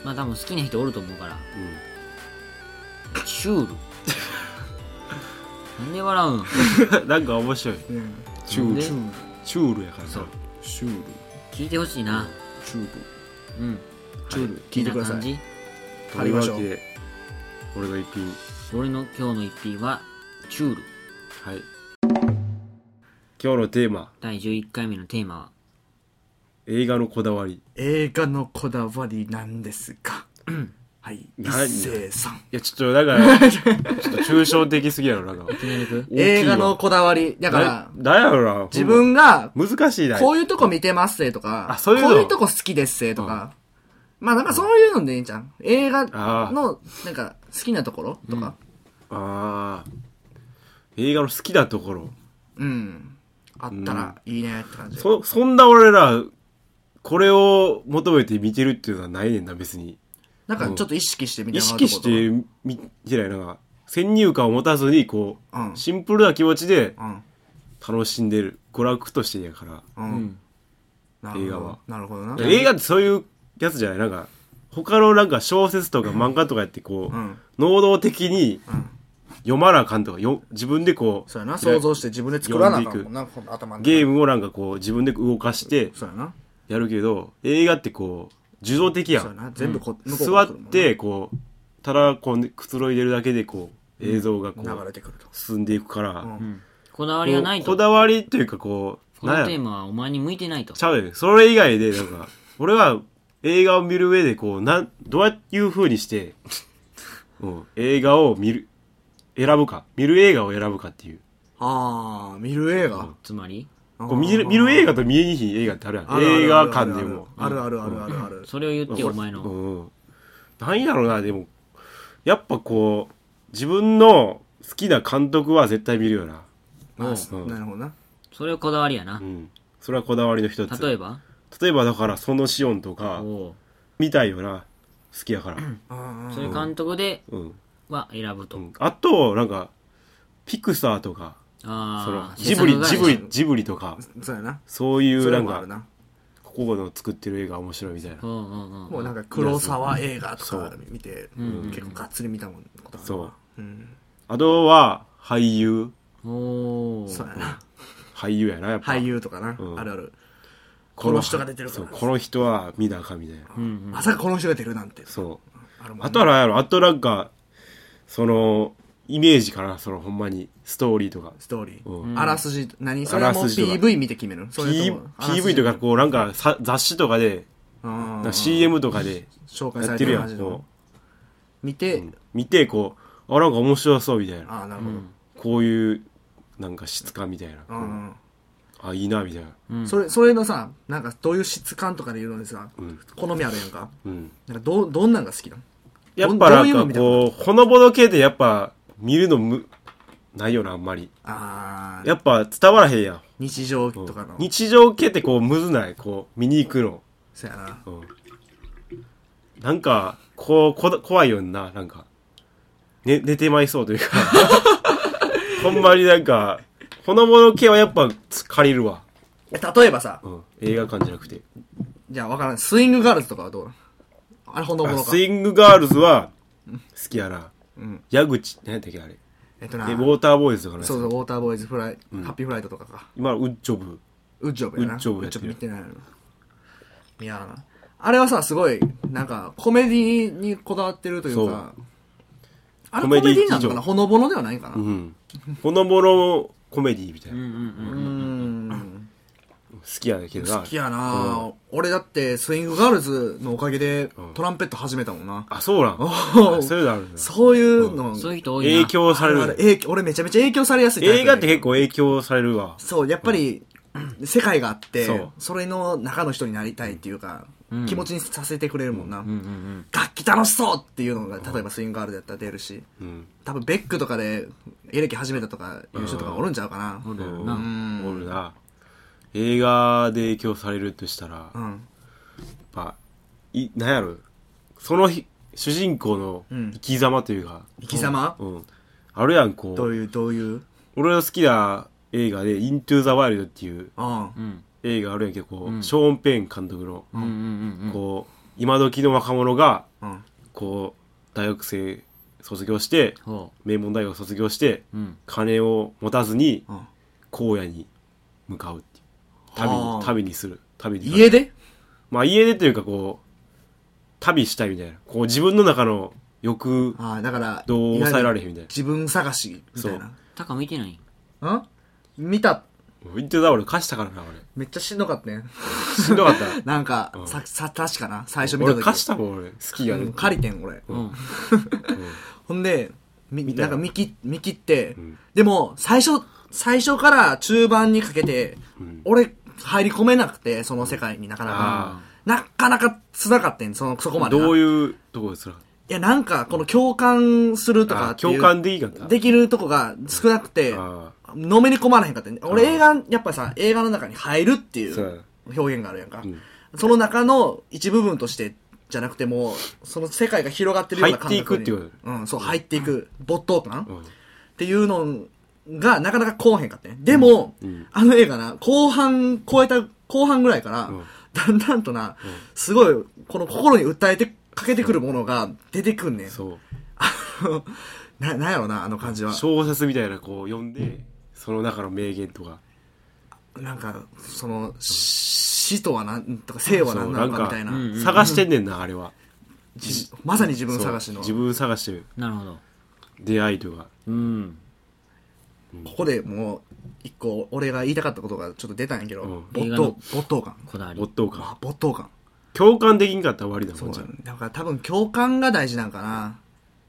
S1: まあ多分好きな人おると思うから
S2: うんうん
S1: シ ュールなんで笑うん
S2: なんか面白い。
S3: うん
S2: チュー
S1: で
S2: ル。
S3: チューブ
S2: チュールやから
S1: そう
S2: な。
S3: チューブ
S1: 聞いてほしいな
S3: チューブ
S1: うん
S3: チュール聞いてくだ
S1: こ
S3: さ
S1: んない感じ
S2: というわけで、俺の一品。
S1: 俺の今日の一品はチュール
S2: はい。今日のテーマ、
S1: 第11回目のテーマは
S2: 映画のこだわり。い
S3: 映画のこだわりなんですかはい
S2: 何
S3: 一斉さん
S2: や、ちょっと、だ から、ちょっと抽象的すぎやろ、 なんか。
S3: 映画のこだわりだ
S2: だ
S3: から
S2: だやろな。
S3: 自分が
S2: ほんま、難しいな。
S3: こういうとこ見てますせとか
S2: あそういうの
S3: こういうとこ好きですせとかまあなんかそういうのでいいんじゃん映画のなんか好きなところとか
S2: あー映画の好きなところ。
S3: うんあったらいいねって感じ
S2: そ、そんな俺ら、これを求めて見てるっていうのはないねんな、別に。
S3: なんかちょっと意識してみた
S2: 意
S3: いなとこ
S2: 識して見てないなんか先入観を持たずにこう、
S3: うん
S2: シンプルな気持ちで
S3: うん
S2: 楽しんでる娯楽としてやから、
S3: うんなるほど
S2: 映画は
S3: なるほどな
S2: 映画ってそういうやつじゃないなんか他のなんか小説とか漫画とかやってこう、
S3: うん
S2: 能動的に
S3: うん
S2: 読まなあかんとかよ自分でこう
S3: そうやな
S2: ひら
S3: 想像して自分で作らなあかんもんなこの頭の中
S2: ゲームをなんかこう自分で動かして
S3: そうやな
S2: やるけど映画ってこう受動的や
S3: そうや
S2: ん
S3: な全部こ向こう
S2: 座
S3: から
S2: っ
S3: 来るもんな
S2: てこうただこうくつろいでるだけでこう映像がこ
S3: 流れ
S2: う
S3: てくると
S2: 進んでいくから、
S3: うん
S1: こだわりはない
S2: ことだわりというかこう
S1: こ
S2: なんや
S1: の
S2: ろ
S1: テーマはお前に向いてないと
S2: ちゃうよそれ以外でなんか俺は映画を見る上でこうなんどういう風にして、うん、映画を見る選ぶか見る映画を選ぶかっていう
S3: ああ見る映画
S1: つまり
S2: こう見る見る映画と見えにひん映画ってあるや
S3: あ
S2: ん
S3: るある
S2: 映画館でも
S3: あるあるあるあるあるある
S1: それを言ってよお前の
S2: うんうんなんやろうなでもやっぱこう自分の好きな監督は絶対見るよな
S3: まあ
S2: うん
S3: なるほどな
S1: それをこだわりやな
S2: うんそれはこだわりの一つ
S1: 例えば
S2: 例えばだからそのシオンと
S1: お
S2: か
S1: お
S2: 見たいよな好きやから
S3: うんうん
S1: うそういう監督で
S2: うん
S1: は選ぶと、
S2: うんあとなんかピクサーとかその
S1: ああ
S2: ジブリ
S1: 制
S2: ジ
S1: 作
S2: ブ
S1: 会社
S2: リジブリとか
S3: そうやな
S2: そうい
S3: そうれ
S2: なん
S3: もある
S2: か
S3: な
S2: ここの作ってる映画面白いみたいな
S1: うんうんうん
S3: もうなんか黒沢映画とか
S2: そう
S3: 見て
S1: うん
S3: 結構がっつり見たもんことあるな
S2: そう
S3: うん
S2: あとは俳優
S1: おお
S3: そうやな
S2: 俳優やなやっぱ
S3: 俳優とかな
S2: うん
S3: あるある
S2: こ
S3: この人が出てるか
S2: そう
S3: ら
S2: この人は見なあかんみたいな
S1: うんうん
S3: まさかこの人が出るなんて
S2: そう
S3: あるもんな
S2: あとはなんやろあとなんかそのイメージかなそのほんまにストーリーとか
S3: ストーリ
S2: う
S3: ーあらすじ何それはもう
S2: あらすじとか
S3: PV 見て決めるそれ
S2: P-
S3: ともあらすじ
S2: PV とかこうなんかさ雑誌とかで
S3: うん
S2: なんか CM とかで
S3: 紹介さ
S2: や
S3: れ
S2: って
S3: てる
S2: るや
S3: 感
S2: ん
S3: じ
S2: こ
S3: の見て、
S2: う見てこうあなんか面白そうみたいな
S3: ああなるほど、
S2: こういうなんか質感みたいな、
S3: うんうん
S2: あいいなみたいな
S3: それそれのさなんかどういう質感とかで言うのにさ、好みあるやんか
S2: うん
S3: なんかどうどんなんが好きなの
S2: やっぱな
S3: どういうんみ
S2: か
S3: たいな
S2: こうほのぼの系でやっぱ見るのむないよなあんまり
S3: ああ
S2: やっぱ伝わらへんやん
S3: 日常とかの、
S2: 日常系ってこうむずないこう見に行くの、
S3: そやな
S2: うん、なんかこうこだ怖いよんななんか、ね、寝てまいそ うというかほんまになんかほのぼの系はやっぱ借りるわ、
S3: 例えばさ
S2: うん、映画館じゃなくて
S3: じゃあ分からんスイングガールズとかはどうなのあれほのぼ
S2: あ
S3: のか
S2: スイングガールズは好きやな、
S3: ん
S2: 矢口何やったっけあれ
S3: えっとな
S2: でウォーターボーイズとかね
S3: そうそうウォーターボーイズフライ、ハッピーフライトとかか
S2: 今ウッジョブ
S3: ウッジョブやな
S2: ウッジョブやってる
S3: ウッジョブ見てないのいやーあれはさすごいなんかコメディにこだわってるというかあれ
S2: コ
S3: コ
S2: メ
S3: メ
S2: デ
S3: デ
S2: ィ
S3: ィなの
S2: 以
S3: か
S2: 上
S3: なほのぼのではないかな、
S2: うんほのぼのコメディみたいな、
S1: うんうんうん
S3: うん
S2: 好きやねんけどな
S3: 好きやな、ぁ俺だってスイングガールズのおかげでトランペット始めたもんな、
S2: あそうなん
S3: お
S2: あそういうのあるんだ
S3: そういうの、
S1: そういう人多いな
S2: 影響され
S3: あれ
S2: る
S3: 影響俺めちゃめちゃ影響されやすいタイプ
S2: 映画って結構影響されるわ
S3: そうやっぱり、世界があって
S2: そ
S3: そうれの中の人になりたいっていうか
S1: うん
S3: 気持ちにさせてくれるもんな、
S1: うんうんうん
S3: 楽器楽しそうっていうのが例えばスインガールだったら出るし
S2: うん
S3: 多分ベックとかでエレキ始めたとかいう人とかおるんちゃうかな
S1: そうだよ
S2: う
S1: な。
S3: ん
S2: おるな映画で影響されるとしたらや
S3: う
S2: っ
S3: ん
S2: ぱいなんやろその日主人公の
S3: うん
S2: 生き様というか、
S3: 生き様
S2: うん、あるやんこ
S3: どう
S2: う
S3: いうどういう
S2: 俺の好きな映画で「イントゥ・ザ・ワイルド」っていう
S3: あ
S1: う
S3: あ
S1: ん。
S2: 映画あるやんけどこう、
S1: うん
S2: ショーン・ペン監督の、
S1: うんうんうん。
S2: こう今時の若者が
S3: うん
S2: こう大学生卒業して
S1: そ
S2: 名門大学卒業して
S1: う。うん。
S2: 金を持たずに
S3: うん
S2: 荒野に向かうっていう旅
S3: はあ
S2: に旅にする旅に
S3: 家で
S2: まあ家出というかこう旅したいみたいなこう自分の中の欲
S3: ああだから
S2: 動を抑えら
S3: れ
S2: れへんみたいな
S3: 自分探しみたいな
S1: タカ見てない
S3: うん見た
S2: 「イントゥ・ザ・ワールド」貸したからな俺
S3: めっちゃしんどかったね
S2: しんど かった
S3: なんか、
S2: うん
S3: ささ確かな最初見た
S2: 俺
S3: 時
S2: 貸したもん俺好きやね
S3: うん借りてん俺、
S1: うん。
S3: ほんでみ
S2: た
S3: ないんか
S2: な
S3: 見切見切って、
S2: ん
S3: でも最初最初から中盤にかけて、
S2: うん
S3: 俺入り込めなくてその世界になかなか
S2: あ
S3: なかなかつなかってんそのそこまでな
S2: どう
S3: い
S2: いうとこですら
S3: やなんかこの共感するとか
S2: あ
S3: っていう
S2: 共感できなかった
S3: できるとこが少なくて
S2: あ
S3: のめり込まれへんかったね俺
S2: あー
S3: 映画やっぱさ映画の中に入るってい
S2: そうう
S3: 表現があるやんか、
S2: ん
S3: その中の一部分としてじゃなくてもうその世界が広がってるような感覚に
S2: 入っていくってこ
S3: うんそう入っていく没頭感、
S2: うん
S3: っていうのがなかなかこうへんかったね。でも、
S2: うん
S3: あの映画な、後半、超えた、後半ぐらいから、
S2: うん
S3: だんだんとな、すごい、この心に訴えて、かけてくるものが出てくんねん。
S2: そう
S3: な、なんやろな、あの感じは。
S2: 小説みたいなこう読んでその中の名言とか
S3: なんか、その、死とはなん、とか生は何なのかみたいな。
S1: うんうん
S2: 探してんねんなあれは
S3: じまさに自分
S2: そう
S3: 探しの。
S2: 自分探してる
S1: なるほど。
S2: 出会いとか
S1: うん。
S3: ここでもう、一個、俺が言いたかったことがちょっと出たんやけど、
S2: うん
S3: 没
S1: 映画
S3: 頭
S1: の、
S3: 没頭感。
S1: こだわり。
S2: 没頭
S3: あ
S2: 感
S3: 没頭感。
S2: 共感できんかったら終わりだ
S3: そ
S2: も
S3: うんだ
S2: じゃ
S3: ね。だから多分共感が大事なんかな。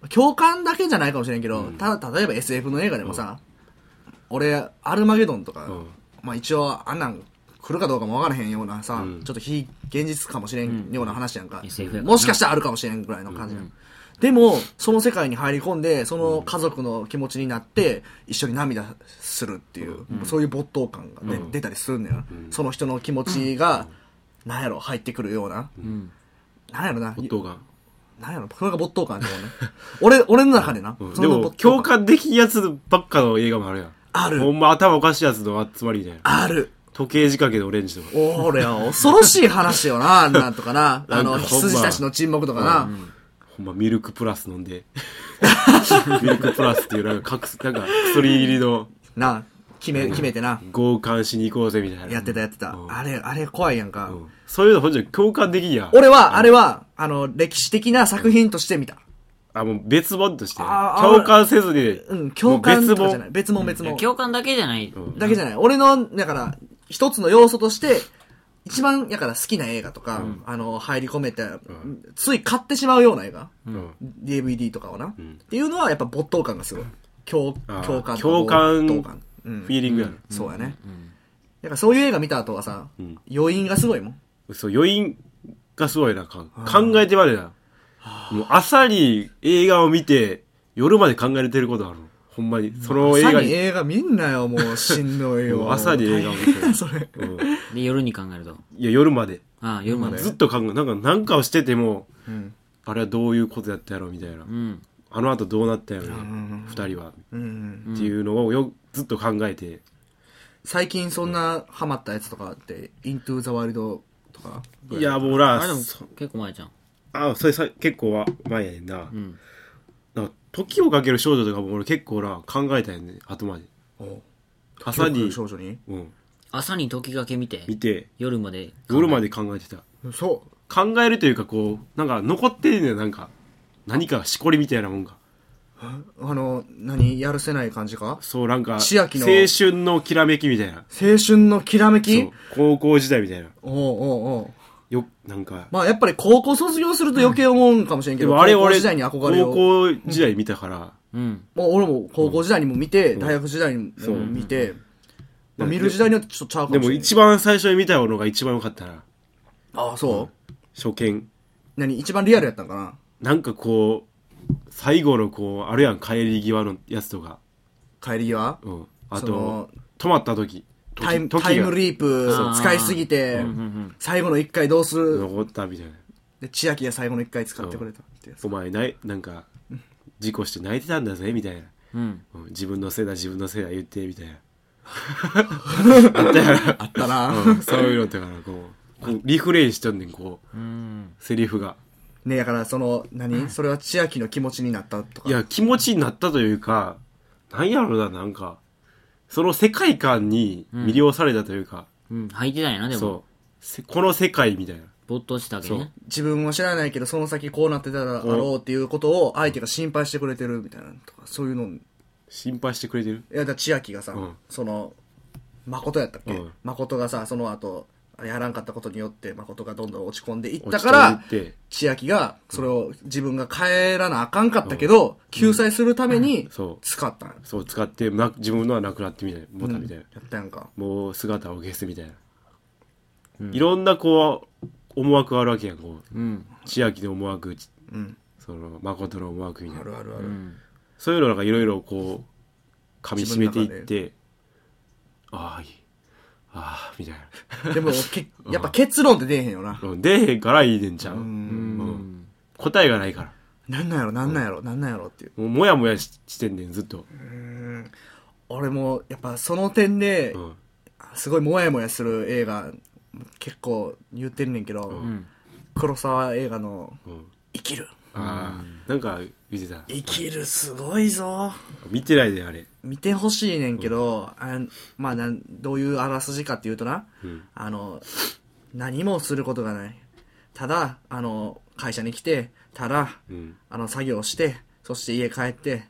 S3: 共感だけじゃないかもしれんけど、ただ例えば SF の映画でもさ、俺、アルマゲドンとか、
S2: うん
S3: まあ一応あんなん来るかどうかもわからへんようなさ、
S2: うん
S3: ちょっと非現実かもしれんような話やんか。
S1: SF やからな
S3: もしかしたらあるかもしれんぐらいの感じやんでも、その世界に入り込んで、その家族の気持ちになって、一緒に涙するっていう、そういう没頭感が、ね
S2: うん
S3: 出たりするんだよな、その人の気持ちが、なんやろ、入ってくるような。
S1: うん。
S3: なんやろな。
S2: 没頭感
S3: なんやろそれが没頭感って思うね。 俺、俺の中でな。
S2: うん
S3: そ
S2: で
S3: れの
S2: も
S3: 没頭
S2: 共感できんやつばっかの映画もあるやん
S3: あ
S2: ほ
S3: る。
S2: んま頭おかしいやつの集まりみたいな
S3: ある。
S2: 時計仕掛けでオレンジとか
S3: 俺は恐ろしい話よ な、あんなんとかな。あの、
S2: なんかほんま
S3: 羊たちの沈黙とかな。
S2: ほんまミルクプラス飲んで ミルクプラスっていうなんかかくなんか薬入りの
S3: な、決め、決めてな。
S2: 強姦しに行こうぜみたいな
S3: やってたやってた
S2: う。ん
S3: あれ、あれ怖いやんか
S2: う。んそういうの本当に共感できんやん
S3: 俺は、あれは、あの、歴史的な作品として見た。
S2: あもう別本としてね
S3: あー
S2: 共感せずに
S3: うん、共感とかじゃ
S2: も
S3: な
S2: う
S3: い。別も別も。
S1: 共感だけじゃない。
S2: ん
S3: だけじゃない。俺の、だから、一つの要素として、一番、やから好きな映画とか、あの、入り込めて、
S2: ん
S3: つい買ってしまうような映画。
S2: 別本うん
S3: DVD とかをな、
S2: ん
S3: っていうのはやっぱ没頭感がすごい共
S2: あー
S3: 共感と
S2: 共感
S3: 没頭感、うん
S2: フ、ィーリングやろ、
S3: そうやね
S1: うん。
S3: だからそういう映画見た後はさ、
S2: ん
S3: 余韻がすごいもん
S2: そう余韻がすごいなか考えてまでなもう朝に映画を見て夜まで考えれてることあるほんまにその映
S3: 朝
S2: 画
S3: に
S2: に
S3: 映画見んなよもうしんどい
S2: も
S3: よ
S2: う朝に映画を見て
S3: それ
S2: うん
S1: で、夜に考えると。
S2: いや夜まで
S1: ああ、夜まで。
S2: ずっと考えなんかなんかをしてても
S3: うん
S2: あれはどういうことやったやろみたいな
S1: うん。
S2: あのあとどうなったやろ
S3: ん
S2: 二人は
S3: うん
S2: っていうのをよずっと考えて
S3: 最近そんなハマったやつとかって「イントゥ・ザ・ワイルド」とか
S2: いやもう
S1: あ
S2: ら
S1: れでも
S2: そ
S1: 結構前じゃん。
S2: あそれさ結構は前やねんな
S1: うん。
S2: なんか時をかける少女とかも俺結構な考えたんやね後まで朝
S3: 記
S2: に
S3: 憶、少女に
S2: うん、
S1: 朝に時がけ見て、
S2: 見て
S1: 夜まで。
S2: 夜まで考えてた
S3: そ
S2: 考えるというかこうなんか残ってるねなんか何かしこりみたいなもんが
S3: うあの何やるせない感じか
S2: そうなんか
S3: 千秋の
S2: 青春のきらめきみたいな
S3: 青春のきらめ
S2: そ
S3: き
S2: う高校時代みたいな
S3: おうおうおう
S2: よなんか、
S3: まあやっぱり高校卒業すると余計思うんかもしれんけ
S2: で
S3: ど、
S2: もあれ
S3: 高校
S2: 俺
S3: 時代に憧れを。
S2: 高校時代見たから、
S1: うん。
S3: まあ俺も高校時代にも見て、大学時代にも見て、まあ見る時代によってちょっとちゃうか
S2: で
S3: もしれ
S2: も
S3: ない。
S2: 一番最初に見たのが一番良かったな
S3: ああ、そう、
S2: 初見
S3: 何一番リアルやったんかな
S2: なんかこう最後のこうあるやん帰り際のやつとか、
S3: 帰り際
S2: うん、あ
S3: そ
S2: と
S3: の
S2: 止まった時時
S3: タイム
S2: 時が
S3: タイムリープ
S1: そう
S3: 使いすぎて
S1: うんうん
S3: 最後の一回どうする
S2: 残ったみたいな
S3: で千秋が最後の一回使ってくれたってやつ
S2: お前ないなんか事故して泣いてたんだぜみたいな、
S1: うん
S2: うん自分のせいだ自分のせいだ言ってみたいな
S3: あったな
S2: うんそういうのだからこうこうリフレインしとんねんこう
S1: うん
S2: セリフが
S3: ねだからその何それは千秋の気持ちになったとか
S2: いや気持ちになったというかなんやろななんかその世界観に魅了されたというか、
S1: うん履いてたんやなでも
S2: そうせこの世界みたいな
S1: 没頭したわけね
S3: 自分は知らないけどその先こうなってたらあろうっていうことを相手が心配してくれてるみたいなのとかそういうのい
S2: 心配してくれてる
S3: やだから千秋がさ、
S2: うん
S3: その誠やったっけ、
S2: うん
S3: 誠がさその後やらんかったことによって誠がどんどん落ち込んでいったから
S2: 落ち着いて
S3: 千秋がそれを自分が帰らなあかんかったけど、救済するために
S2: そう
S3: 使ったんや、
S2: そう使ってな自分のはなくなってみたいなボタンみたいな、
S3: やったやんか
S2: もう姿を消すみたいな、いろんなこう思惑あるわけやんこう
S1: うん
S2: 千秋の思惑ち
S3: うん
S2: その誠の思惑みたい
S3: あ
S2: な
S3: るあるあ
S1: う
S3: る、
S1: ん
S2: そういうのなんかいろいろこう噛み締めていってああいいああみたいな
S3: でもけやっぱ結論って出えへんよな、
S2: うん出えへんからいいねんちゃう、
S1: うん
S2: うん答えがないから
S3: なんなんやろなんなんやろなんなんやろっていう
S2: もうもやもやししてんねんずっと、
S3: 俺もやっぱその点で、
S2: うん
S3: すごいモヤモヤする映画結構言ってんねんけど、
S1: ん
S3: 黒沢映画の
S2: うん、
S3: 「生きる
S2: ああ、なんか見てた」
S3: 生きるすごいぞ
S2: 見てないであれ
S3: 見てほしいねんけど、あんまあなんどういうあらすじかっていうとな、
S2: うん
S3: あの何もすることがないただあの会社に来てただ、
S2: うん
S3: あの作業してそして家帰って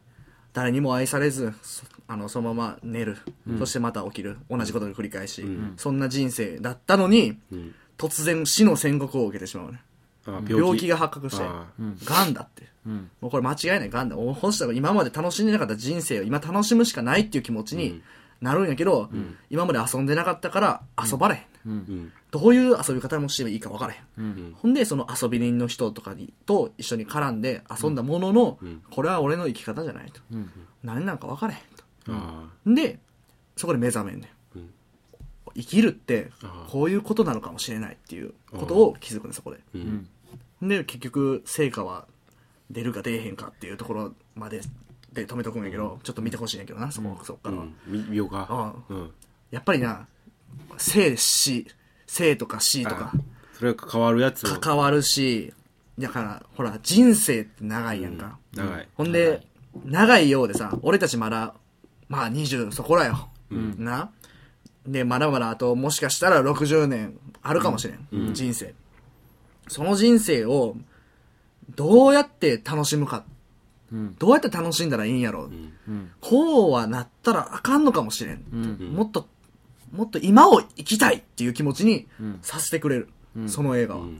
S3: 誰にも愛されずそあのそのまま寝る、そしてまた起きる同じことの繰り返し、そんな人生だったのに、
S2: うん
S3: 突然死の宣告を受けてしまうね
S2: あー
S3: 病気が発覚して
S2: あー
S3: がんだって、
S1: ん
S3: もうこれ間違いないがんだお本したら今まで楽しんでなかった人生を今楽しむしかないっていう気持ちになるんやけど、今まで遊んでなかったから遊ばれへん、
S2: うん
S3: どういう遊び方もしてもいいか分からへん、ほんでその遊び人の人とかにと一緒に絡んで遊んだものの、これは俺の生き方じゃないと、何なんか分からへんと
S2: あ
S3: でそこで目覚めんねん、
S2: うん
S3: 生きるって
S2: あー
S3: こういうことなのかもしれないっていうことを気づくねそこで
S2: ーうん
S3: で結局成果は出るか出えへんかっていうところまでで止めとくんやけど、ちょっと見てほしいんやけどなそこそっか
S2: う
S3: らは、
S2: んみ見ようか
S3: あ
S2: うん
S3: やっぱりな生死生とか死とか
S2: あそれが変わるやつを
S3: 関わるしだからほら人生って長いやんか、
S2: 長い
S3: ほんで長いようでさ俺たちまだまあ20そこらよ、なでまだまだあともしかしたら60年あるかもしれん、人生その人生をどうやって楽しむか、
S1: うん
S3: どうやって楽しんだらいいんやろう、
S1: うん
S3: こうはなったらあかんのかもしれん、
S1: うん
S2: ん
S3: もっともっと今を生きたいっていう気持ちにさせてくれる、その映画は、
S2: ん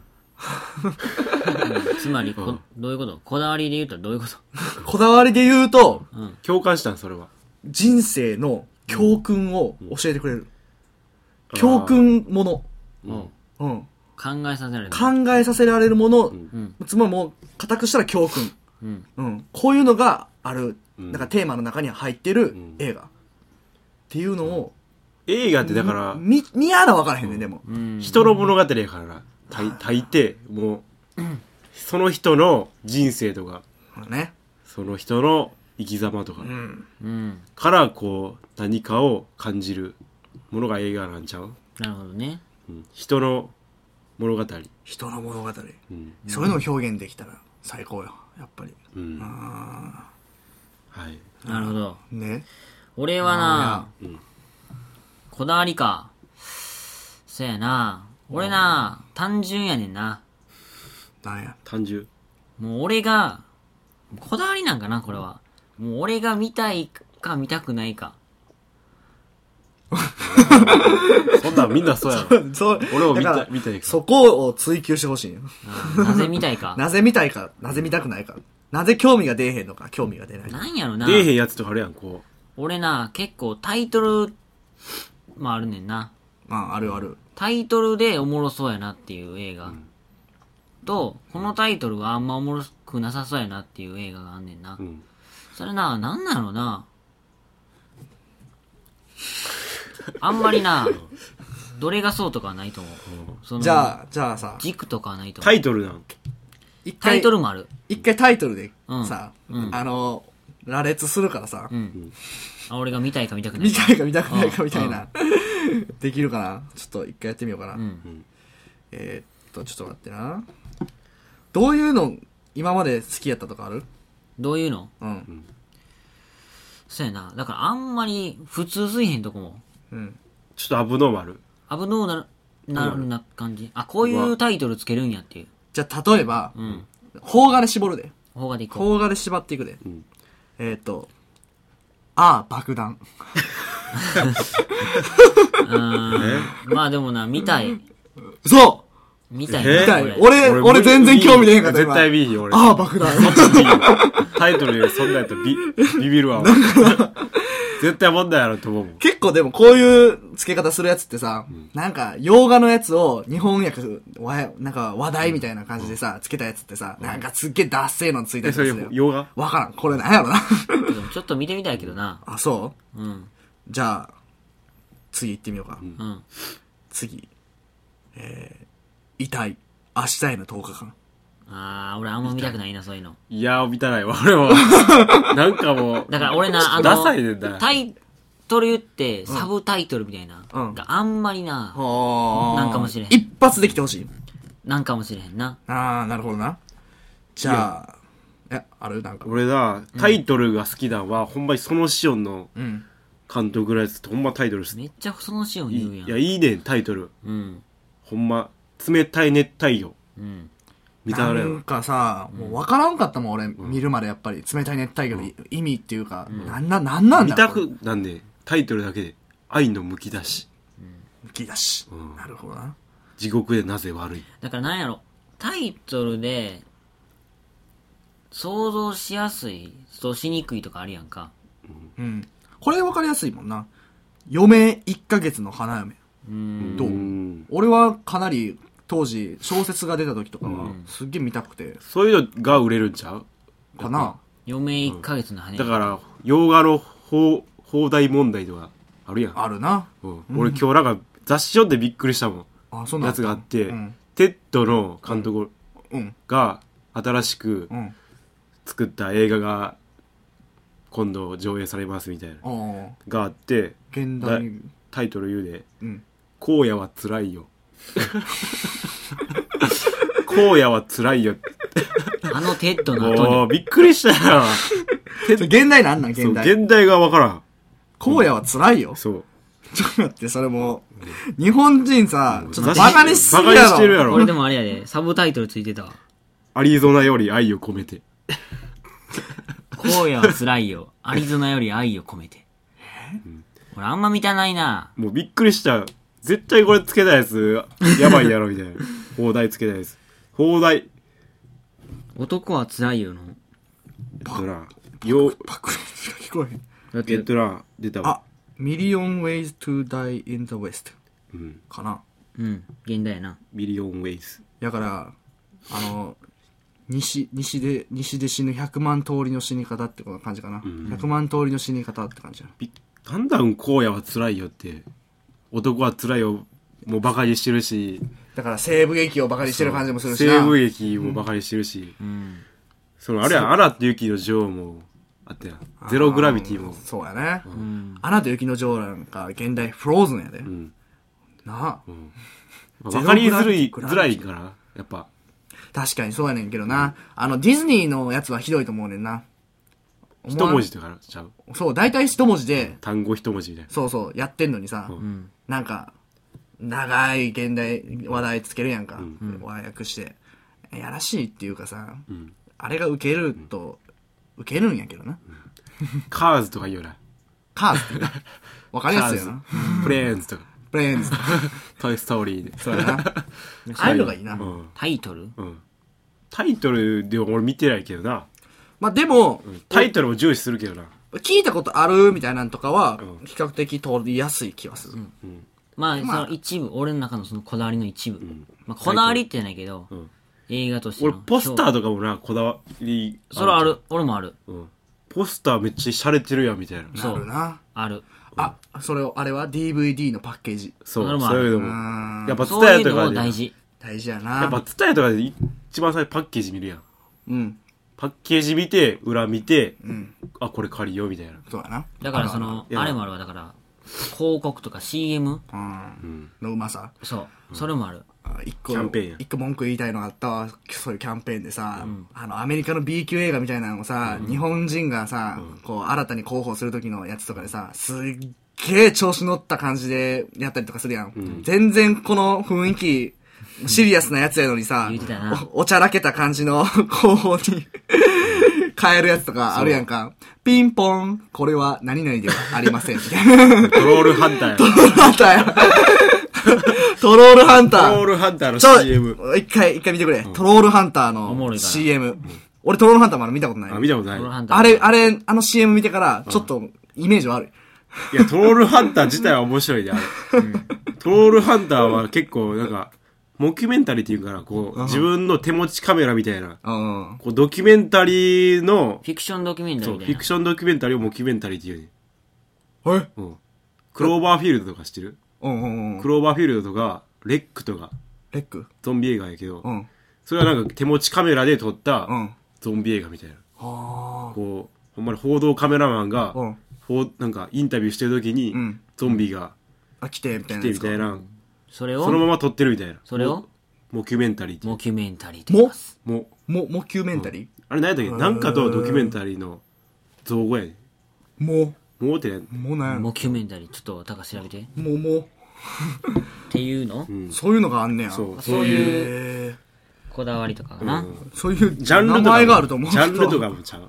S1: つまりこどういうことこだわりで言うとどういうこと
S3: こだわりで言うと
S2: 共感したんそれは
S3: 人生の教訓を教えてくれる、
S2: うん
S3: 教訓もの、
S2: うん
S3: うん、
S1: 考えさせられる
S3: 考えさせられるもの、
S1: ん
S3: つまりもう固くしたら教訓、
S1: うん
S3: うん、こういうのがある、
S2: ん
S3: なんかテーマの中に入ってる
S2: ん
S3: 映画、っていうのを、
S2: 映画ってだから
S3: み見やな分からへんねんでも、
S1: うん
S2: 人の物語やからな大大抵もうその人の人生とか
S3: ね、
S2: その人の生き様とか
S3: うん、
S1: うん
S2: からこう何かを感じるものが映画なんちゃう、
S1: なるほどね
S2: うん、人の物語
S3: 人の物語、
S2: うん
S3: そういうのを表現できたら最高よやっぱり
S2: うん
S3: あ
S2: はい
S1: なるほど
S3: ーね
S1: 俺はな
S2: ーうん
S1: こだわりかそやな俺な単純やねんな
S3: なんや
S2: 単純
S1: もう俺が、こだわりなんかな、これは。もう俺が見たいか見たくないか。
S2: そんなんみんなそうやろ
S3: そう
S2: 俺も見
S3: だか
S2: た
S3: ら
S2: 見たいから
S3: そこを追求してほしいよ
S1: うんなぜ見たい か。
S3: なぜ見たいか、なぜ見たくないか。なぜ興味が出えへんのか、興味が出ない。
S1: なんやろな
S2: 出。えへんやつとかあるやんこ
S1: 俺な、結構タイトル、まああるねんな。
S3: まあ、あるある。
S1: タイトルでおもろそうやなっていう映画。と、このタイトルはあんまおもろくなさそうやなっていう映画があんねんな。
S2: うん
S1: それな、なんなのな。あんまりな、どれがそうとかはないと思う。その
S3: じゃあ、じゃあさ、
S1: 軸とかはないと
S2: タ
S1: 思う。
S2: イトルなん
S3: 一
S1: タ
S3: 回、
S1: イトルもある。
S3: 一回タイトルで
S1: うん
S3: さ、
S1: うん
S3: あの、羅列するからさ、
S1: うん。あ、俺が見たいか見たくない
S3: 見
S1: か。
S3: たいか見たくないかみたいな、 できるかなちょっと一回やってみようかな。
S1: うん。
S3: えーっと、ちょっと待ってな。どういうの、今まで好きやったとかある
S1: どういうの
S3: うん。
S1: そうやな。だからあんまり普通すいへんとこも。
S3: うん。
S2: ちょっとアブノーマル
S1: アブノーナルなな感じ。あ、こういうタイトルつけるんやっていう。
S3: じゃあ、例えば、
S1: うん。
S3: 邦画で絞るで。
S1: 邦画でいこう。
S3: 邦画で縛っていくで。
S2: ん
S3: えーっと、ああ、爆弾。
S1: うーん。まあでもな、見たい。
S3: そう
S1: 見たい
S2: え
S1: な。
S3: 見たい
S1: こ
S3: 俺、
S1: れ
S3: 俺全然興味ねえから、
S2: 絶
S3: 今
S2: 対 B に俺
S3: ああ、爆弾。
S2: タイトルでそんなんやったらビビビ るわ俺絶対問題あると思うもん
S3: 結構でもこういう付け方するやつってさ、なんか洋画のやつを日本訳、わやなんか話題みたいな感じでさ、付けたやつってさ、なんかすっげえダッセーのついた
S2: え
S3: やつ
S2: それ
S3: でするよ。
S2: 洋画
S3: わからん。これなんやろな。
S1: でもちょっと見てみたいけどな。
S3: あ、そう
S1: うん。
S3: じゃあ、次行ってみようか。
S1: うん。
S3: 次。えー、痛い。明日への10日間。
S1: あー、俺あんま見たくないな、そういうの。
S2: いやー見たないわ俺は なんかもう
S1: だから俺な、あの、
S2: ダサいねんな
S1: タイトル言って、サブタイトルみたいな。
S3: うん
S1: があんまりな、
S3: は
S1: なんかもしれん
S3: 一発できてほしい。
S1: なんかもしれへんな。
S3: あー、なるほどな。じゃあ、え、あるなんか。
S2: 俺なタイトルが好きなんは、ほんまにそのシオンの
S3: うん。
S2: 監督のやつってほんまタイトル好き
S1: めっちゃそのシーンを言う
S2: い
S1: やん。
S2: やいいねんタイトル
S1: うん。
S2: ほんま冷たい熱帯魚
S1: うん。
S2: 見たら
S3: な
S2: やろ
S3: んかさ、もう分からんかったもん、俺、見るまでやっぱり。冷たい熱帯魚の意味っていうか、なんな、なんなんだ
S2: 見た
S3: これ
S2: くなんでタイトルだけで愛のむき出し
S3: むき出し
S2: うん。
S3: なるほどな。
S2: 地獄でなぜ悪い
S1: だからなんやろ、タイトルで、想像しやすいとしにくいとかあるやんか。
S3: うん。これ分かりやすいもんな。余命1ヶ月の花嫁。
S1: うん。
S3: どう
S2: うん
S3: 俺はかなり、当時、小説が出た時とかは、すっげえ見たくて、
S2: そういうのが売れるんちゃう
S3: かな。
S1: 余命1ヶ月の羽。
S2: だから洋画の放放題問題とかあるやん
S3: あるな。
S2: うん、俺今日なんか雑誌読んでびっくりしたも
S3: あ、そん
S2: ん
S3: なん
S2: やつがあって、
S3: うん。
S2: テッドの監督
S3: うん。
S2: が新しく
S3: うん。
S2: 作った映画が今度上映されますみたいな
S3: ああ、
S2: があって
S3: 現
S2: だ
S3: 代、
S2: タイトル言うで
S3: うん。
S2: 「荒野はつ らいよ」「荒野はつらいよ」
S1: あのテッドの後に。
S2: もうびっくりしたよ
S3: それ現代なんなん、
S2: そう
S3: 現代。
S2: 現代がわからん
S3: 荒野は辛いよ。
S2: そう
S3: ちょっと待って、それもう、日本人さ、ちょっと
S2: 雑
S3: バ
S2: 誌
S3: カにしすぎ
S2: バカ
S3: や
S2: にしてるや
S3: ろ。
S2: ろ
S1: これでもあれやで、サブタイトルついてたわ。
S2: アリゾナより愛を込めて
S1: 荒野は辛い よ。アリゾナより愛を込めて。俺あんま見たないな。
S2: もうびっくりした。絶対これつけたやつ、やばいやろ、みたい な。放題つけたやつ。放題。
S1: 男は辛いよの。
S2: えっとな、よう、
S3: パクリしか聞こえへん。
S1: だっ、
S2: えってとな、出た
S3: あ
S2: わ。、
S3: ミリオン・ウェイズ・トゥ・ダイ・イン・ザ・ウェスト。
S2: うん。
S3: かな。
S1: うん、現代やな。
S2: ミリオンウェイズ。
S3: だから、あの、西、西で、西で死ぬ100万通りの死に方ってこの感じかな。100万通りの死に方って感じだな。
S2: びだんだん荒野は辛いよって。男は辛いよ。もうバカにしてるし。
S3: だから西部劇をバカにしてる感じもするしな。
S2: 西部劇もバカにしてるし。
S1: うん。
S2: その、あれや、アナと雪の女王も、あったやん。ゼログラビティも。
S3: そうやね。
S1: うん。
S3: アナと雪の女王なんか、現代フローズンやで。
S2: ん
S3: なあ、
S2: バ
S3: ゼロ
S2: カにづらい、
S3: グラビ
S2: づらいから、やっぱ。
S3: 確かにそうやねんけどな。あの、ディズニーのやつはひどいと思うねんな。
S2: 一
S3: 思わん
S2: 文字とかちゃう。
S3: そう、大体一文字で、
S2: 単語一文字みたいな。
S3: そうそう、やってんのにさ、
S1: うん。
S3: なんか、長い現代話題つけるやんか、和訳して。やらしいっていうかさ、
S2: ん
S3: あれがウケると、ウケるんやけどな。
S2: カーズとか言うな。
S3: カーズ っていう。わかりやすいよ
S2: カ
S3: な。
S2: プレーンズとか。
S3: プレーンズとか。
S2: トイ・ストーリーで。
S3: そうやな。 ああいうのがいいな。
S2: うん。
S1: タイトル
S2: うん。タイトルでも俺見てないけどな。
S3: まあでも、
S2: タイトルも重視するけどな。
S3: 聞いたことあるみたいなんとかは
S2: う、
S3: 比較的通りやすい気はする。
S1: まあ、
S3: まあ
S1: その一部、俺の中のそのこだわりの一部。
S2: ん
S1: まあ、こだわりってないけど、
S2: うん
S1: 映画としての
S2: 俺ポスター
S1: と
S2: とかもなこだわり
S1: それはある俺もある
S2: うんポスターめっちゃ洒落てるやんみたいな
S1: そ
S3: な
S1: う
S3: るな。
S1: ある
S3: あ、それを、あれは DVD のパッケージ。
S2: そう
S1: それもあ
S2: そう
S1: る
S2: いうの
S3: う
S2: も
S3: ん。
S2: やっぱツ
S1: そう
S2: タ
S1: い
S2: ヤ
S1: う
S2: と
S1: の
S2: か
S1: も
S2: で
S1: 大事
S3: 大事やな。
S2: やっぱツタヤとかで一番最初パッケージ見るやん
S3: うん。
S2: パッケージ見て裏見てあこれ借りようみたいな
S3: そうやな。
S1: だからその
S2: いや
S1: あれもあるわだから広告とか CM
S3: うん。のうまさ。
S1: そうそれもある
S3: あ一個
S2: キャンペーンや
S3: 一個文句言いたいのあったわそういうキャンペーンでさ、あのアメリカの B 級映画みたいなのをさ、日本人がさ、こう新たに広報する時のやつとかでさすっげえ調子乗った感じでやったりとかするやん、全然この雰囲気シリアスなやつやのにさ
S1: 言ってたな
S3: おおちゃらけた感じの 広報に変えるやつとかあるやんかピンポンこれは何々ではありませんみたいな
S2: トロールハンターや
S3: ト
S2: ト
S3: ロールハンターやトロールハンター
S2: ロールハンターの
S3: ちょ、
S2: CM
S3: 一回、一回見てくれ。トロールハンター
S1: おも
S3: の
S1: ろいから
S3: CM。俺トロールハンターまだ見たことない。
S2: あ見たことな
S1: トロ
S2: い
S1: ールハンター
S3: あれ、あれ、あの CM 見てから、ちょっと、イメージ悪い。
S2: いやトロールハンター自体は面白いねあれトロールハンターは結構なんかモキュメンタリーっていうからこう自分の手持ちカメラみたいな
S3: うん。
S2: こうドキュメンタリーの
S1: フィクションドキュメンタリ
S2: そう
S1: ーみ
S2: フ
S1: たい
S2: ィ
S1: な
S2: クションドキュメンタリーをモキュメンタリーっていうね
S3: え
S2: うんクローバーフィールドとか知ってる
S3: うんうんうん
S2: ク。ローバーフィールドとかレックとか
S3: レック
S2: ゾンビ映画やけど、
S3: うん。
S2: それはなんか手持ちカメラで撮った
S3: うん
S2: ゾンビ映画みたいな、
S3: あ
S2: こうほんまに報道カメラマンが、
S3: うん
S2: ほうなんかインタビューしてる時に、
S3: ん
S2: ゾンビが
S3: あ。来て、みたい
S2: 来
S3: な
S2: て
S3: や
S2: み
S3: つか。
S2: たいな、
S1: それ
S2: そのま
S1: を
S2: ま撮ってるみたいな
S1: それ
S2: モ
S1: を
S2: モキュメンタリーっていう
S1: モキュメンタリーと言い
S3: も
S1: ます、
S2: も
S3: も、もキュメンタリ
S2: あれ何やったっけなんかとドキュメンタリーの造語やね
S3: ーも、
S2: んもうってね
S3: もなんやろ
S1: モキュメンタリーちょっと高橋調べてっ
S3: も、も、
S1: ていうの、
S3: そういうのがあんねや。
S2: そう
S1: そういう
S3: へ
S1: こだわりとかかな、
S3: ーそういう、
S2: ジャンルと
S3: 名
S2: か
S3: 前があると思う。
S2: ジャン ルとか。もちゃう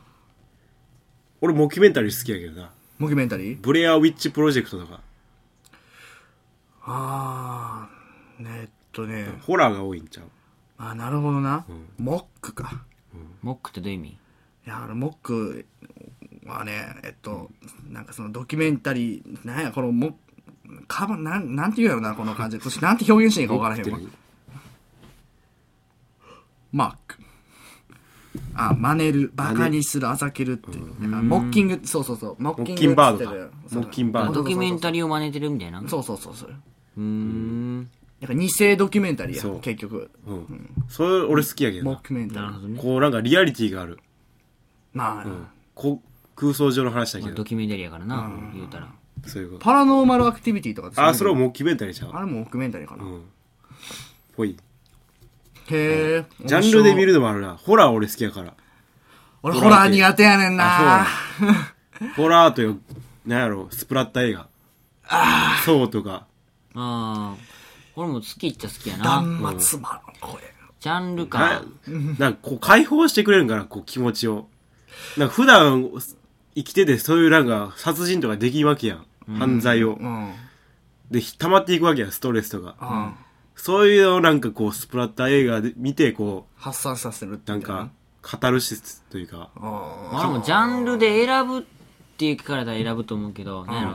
S2: 俺モキュメンタリー好きやけどな
S3: モキュメンタリー
S2: ブレアウィッチプロジェクトとか
S3: あー。ねえっとね。
S2: ホラーが多いんちゃう
S3: あ、なるほどな。モックか。
S1: モックってどういう意味
S3: いや、あの、モックはね、えっと、なんかそのドキュメンタリー、なんや、このモカバなん、なんて言うんやろな、この 感じ。そしてなんて表現していいか分からへんわ。マック。あ、真似る、バカにする、あざけるっていう。なんかモッキング、そうそうそう。モッキング
S2: モッキンバードか
S3: って言ってたよ
S2: モッキンバード
S1: ドキュメン
S3: リ
S1: タリーを真似てるみたいな
S3: そうそうそうそう。そう
S1: うーん
S3: なんか偽ドキュメンタリー
S2: そ
S3: や、
S2: う
S3: 結局。
S2: うんそれ俺好きやけど
S3: モッ
S2: な
S3: キュメンタリ
S1: なる
S3: ー
S1: ほ。どね
S2: こうなんかリアリティがある
S3: まあ、
S2: こ空想上の話だけ
S1: ド
S2: ど
S1: キュメンタリーやからな言うたら
S2: そういうこと
S3: パラノーマルアクティビティとかですよね
S2: あそれはモキュメンタリーちゃ
S3: あれ
S2: う
S3: もモッキュメンタリーかな。
S2: うんぽい
S3: へえ。
S2: ジャンルで見るのもあるなホラー俺好きやから
S3: 俺ホラー苦手やねんな
S2: あホラーというなんやろスプラッタ映画そうとか
S1: ああ俺も好きっちゃ好きやな
S3: 断末魔の声。
S1: ジャンル
S2: な
S1: か
S2: なんかこう解放してくれるんかなこう気持ちをなんか普段生きててそういうなんか殺人とかできんわけやん、犯罪を
S3: うん。うん。
S2: で溜まっていくわけやんストレスとか、そういうのをなんかこうスプラッタ映画で見てこ
S3: 発散させるってい
S2: うな
S3: うん
S2: か。カタルシスというか
S3: うん。
S1: 俺もジャンルで選ぶって聞かれたら選ぶと思うけどなんやろ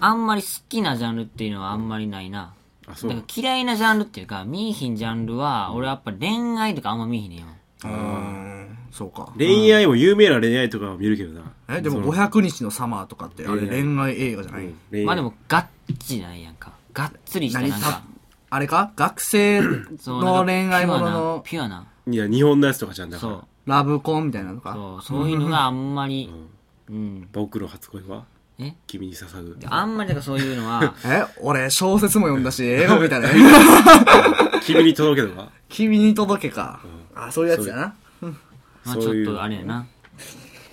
S1: あんまり好きなジャンルっていうのはあんまりないな
S2: あそ
S1: だ
S2: う
S1: から嫌いなジャンルっていうか見いひんジャンルは俺はやっぱ恋愛とかあんま見いひんねんよ
S3: うん。そうか。
S2: 恋愛も有名な恋愛とかは見るけどな、
S3: え、でも
S2: その
S3: 500日のサマーとかって、あれ恋愛映画じゃない
S2: 恋愛
S1: まあでもガッチないやんかがっつりしたな
S3: 何
S1: んか
S3: さ、あれか学生
S1: そうな
S3: の
S1: んか
S3: 恋愛ものの
S1: ピュアない
S2: や日本のやつとかじゃんだ
S1: ピ
S2: か
S1: ュア
S2: ら
S1: な
S3: ラブコンみたいなの
S1: そう
S3: か。
S1: そうそういうのがあんまりうん
S2: 僕の初恋は
S1: え
S2: 君に捧ぐ
S1: あんまりだからそういうのは
S3: え、俺小説も読んだし、映画も見た ね。
S2: 君に届けとか
S3: 君に届けか。あ、そういうやつやな。
S1: まあ
S2: そう
S1: ちょ
S2: い
S1: っ
S2: う
S1: とあれやな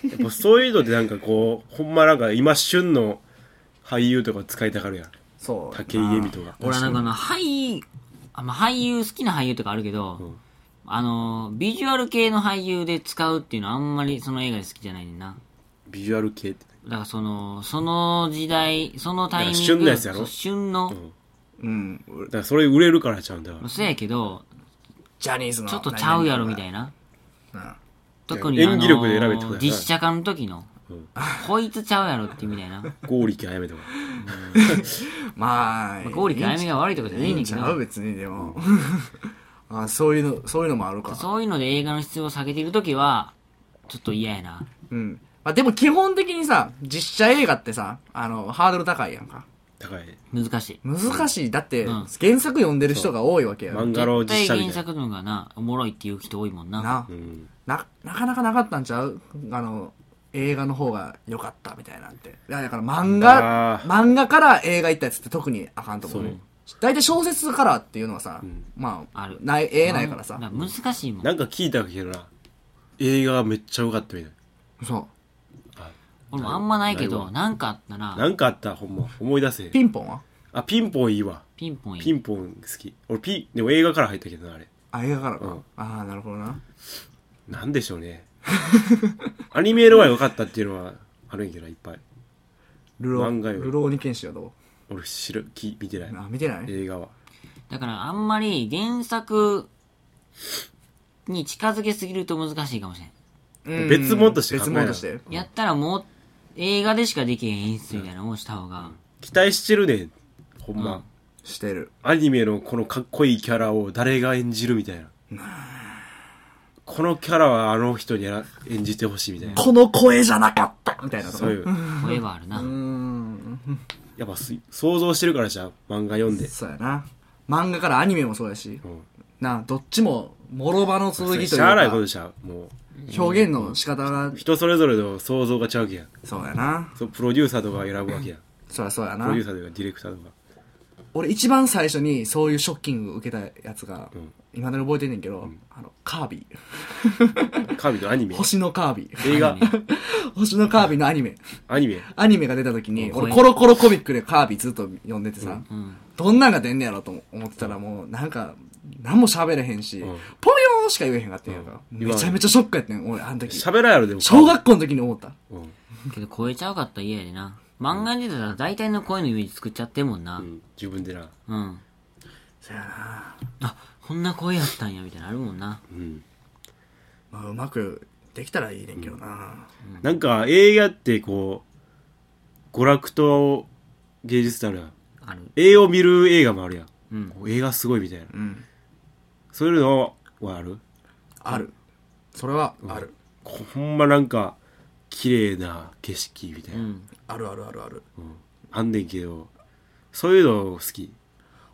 S2: やっぱそういうのでなんかこ うほんまなんか今旬の俳優とか使いたがるやん
S3: そう。
S2: 武井絵美とか
S1: 俺はなんかあの俳優あまあ俳優好きな俳優とかあるけど、あのビジュアル系の俳優で使うっていうのはあんまりその映画で好きじゃないねんな
S2: ビジュアル系って
S1: だからそのその時代そのタイミング
S2: だから旬のやつやろ
S1: そう旬の、
S3: うん。
S2: だからそれ売れるからちゃうんだから
S1: そうやけど
S3: ジャニーズの。
S1: ちょっとちゃうやろみた
S3: な。
S1: いな
S3: うん
S1: 特に
S2: 演技力で選べってこ
S1: あ
S2: とやな
S1: の実写化の時の、 こいつちゃうやろってみた いな
S2: 剛力あやめとか
S3: まあ、
S1: 剛力あやめが悪いとかじゃないねん
S3: ち
S1: け
S3: ゃう
S1: ど
S3: 別にでも。 あそういうの、そういうのもあるか。
S1: そういうので映画の質を下げてるときは、ちょっと嫌やな。
S3: うん。まあ、でも基本的にさ、実写映画ってさ、あの、ハードル高いやんか。
S2: 高い
S1: 難しい。
S3: 難しい。だって、
S1: ん
S3: 原作読んでる人が多いわけや
S2: 漫
S3: ん。
S2: 画の
S1: 絶対
S2: 実写
S1: 原
S2: みたいな
S1: 作の方がな、おもろいっていう人多いもんな。
S3: な
S2: う、ん
S3: な、なかなかなかったんちゃうあの、映画の方が良かったみたいなんて。いやだから漫画
S2: あ、ー
S3: 漫画から映画行ったやつって特にあかんと思う
S2: そ
S3: ね
S2: う。
S3: 大体小説からっていうのはさ、まあ、
S1: ある
S3: ない、ええないからさ。
S1: 難しいもん。
S2: なんか聞いたけどな映画がめっちゃ良かったみたい
S3: そ
S1: 俺もあんまないけ
S2: ない
S1: ど、
S2: わ
S1: なんかあった
S2: なな
S1: ら、
S2: んかあったほんま思い出せ
S3: う。ピンポンは
S2: あピンポンいいわ
S1: ピンポンや
S2: ピンポン好き俺ピンでも映画から入ったけどなあれ
S3: あ、映画からか。
S2: うん
S3: ああ、なるほどな。
S2: なんでしょう ねアニメの方が良かったっていうのはあるんやけどないっぱい
S3: ルロ
S2: 漫画
S3: ー、
S2: より
S3: ルローに剣士はど
S2: 俺知るき見てないう
S3: あ、見てない
S2: 映画は
S1: だからあんまり原作に近づけすぎると難しいかもしれん。
S3: うん
S2: 別物として考
S3: 別
S2: えな
S3: 物として。
S1: やったらもう、映画でしかできへん演出みたいなのをした方が、
S2: 期待してるねんほんま、
S1: うん
S3: してる。
S2: アニメのこのかっこいいキャラを誰が演じるみたいなこのキャラはあの人にやら演じてほしいみたいな
S3: この声じゃなかったみたいなとこ
S2: そういう
S1: 声はあるな。
S3: うーん。
S2: やっぱす想像してるからじゃん漫画読んで、
S3: そうやな。漫画からアニメもそうやし。
S2: うん
S3: なあ、どっちも、諸刃の続きと
S2: し
S3: いう
S2: ゃあないこと
S3: か、
S2: じゃんもう
S3: 表現の仕方が、
S2: 人それぞれの想像が違うわけやん
S3: そうやな。
S2: そうプロデューサーとかが選ぶわけやん
S3: そうやそうや
S2: プ
S3: な
S2: ロデュ。ーサーとかディレクターとか
S3: 俺一番最初にそういうショッキングを受けたやつが、
S2: ん
S3: 今まで覚えてんねんけど、あの、カービィ。
S2: カービィのアニメ
S3: 星のカービィ。
S2: 映画
S3: 星のカービィのアニメ。
S2: アニメ
S3: アニメが出た時に、
S1: こ
S3: 俺
S1: れ
S3: コロコロコミックでカービィずっと読んでてさ、どんなんが出んねやろと思ってたらもう、なんか、何も喋れへんし、
S2: うん
S3: ポヨーンしか言えへんかったんやんか。
S2: うん
S3: めちゃめちゃショックやってん、俺、あの時。
S2: 喋らんやろでも
S3: 小学校の時に思った。
S2: うん
S1: けど超えちゃうかったら嫌やでな。漫画に出たら大体の声のイメージ作っちゃってんもんな。
S2: う
S1: うん。
S2: ん自分でな
S3: そやな
S1: あ、こんな声やったんや、みたいなのあるもんな。
S2: うん
S3: まあ、うまくできたらいいねんけどな、
S2: なんか映画ってこう娯楽と芸術ってあるやん
S1: ある。
S2: 映画を見る映画もあるやん、
S1: うん
S2: こう映画すごいみたいな、
S3: ん
S2: そういうのはある
S3: ある。それは、ある。
S2: こほんまなんか綺麗な景色みたいうな、
S1: ん。
S3: あるあるあるある。
S2: うんあんねんけどそういうの好き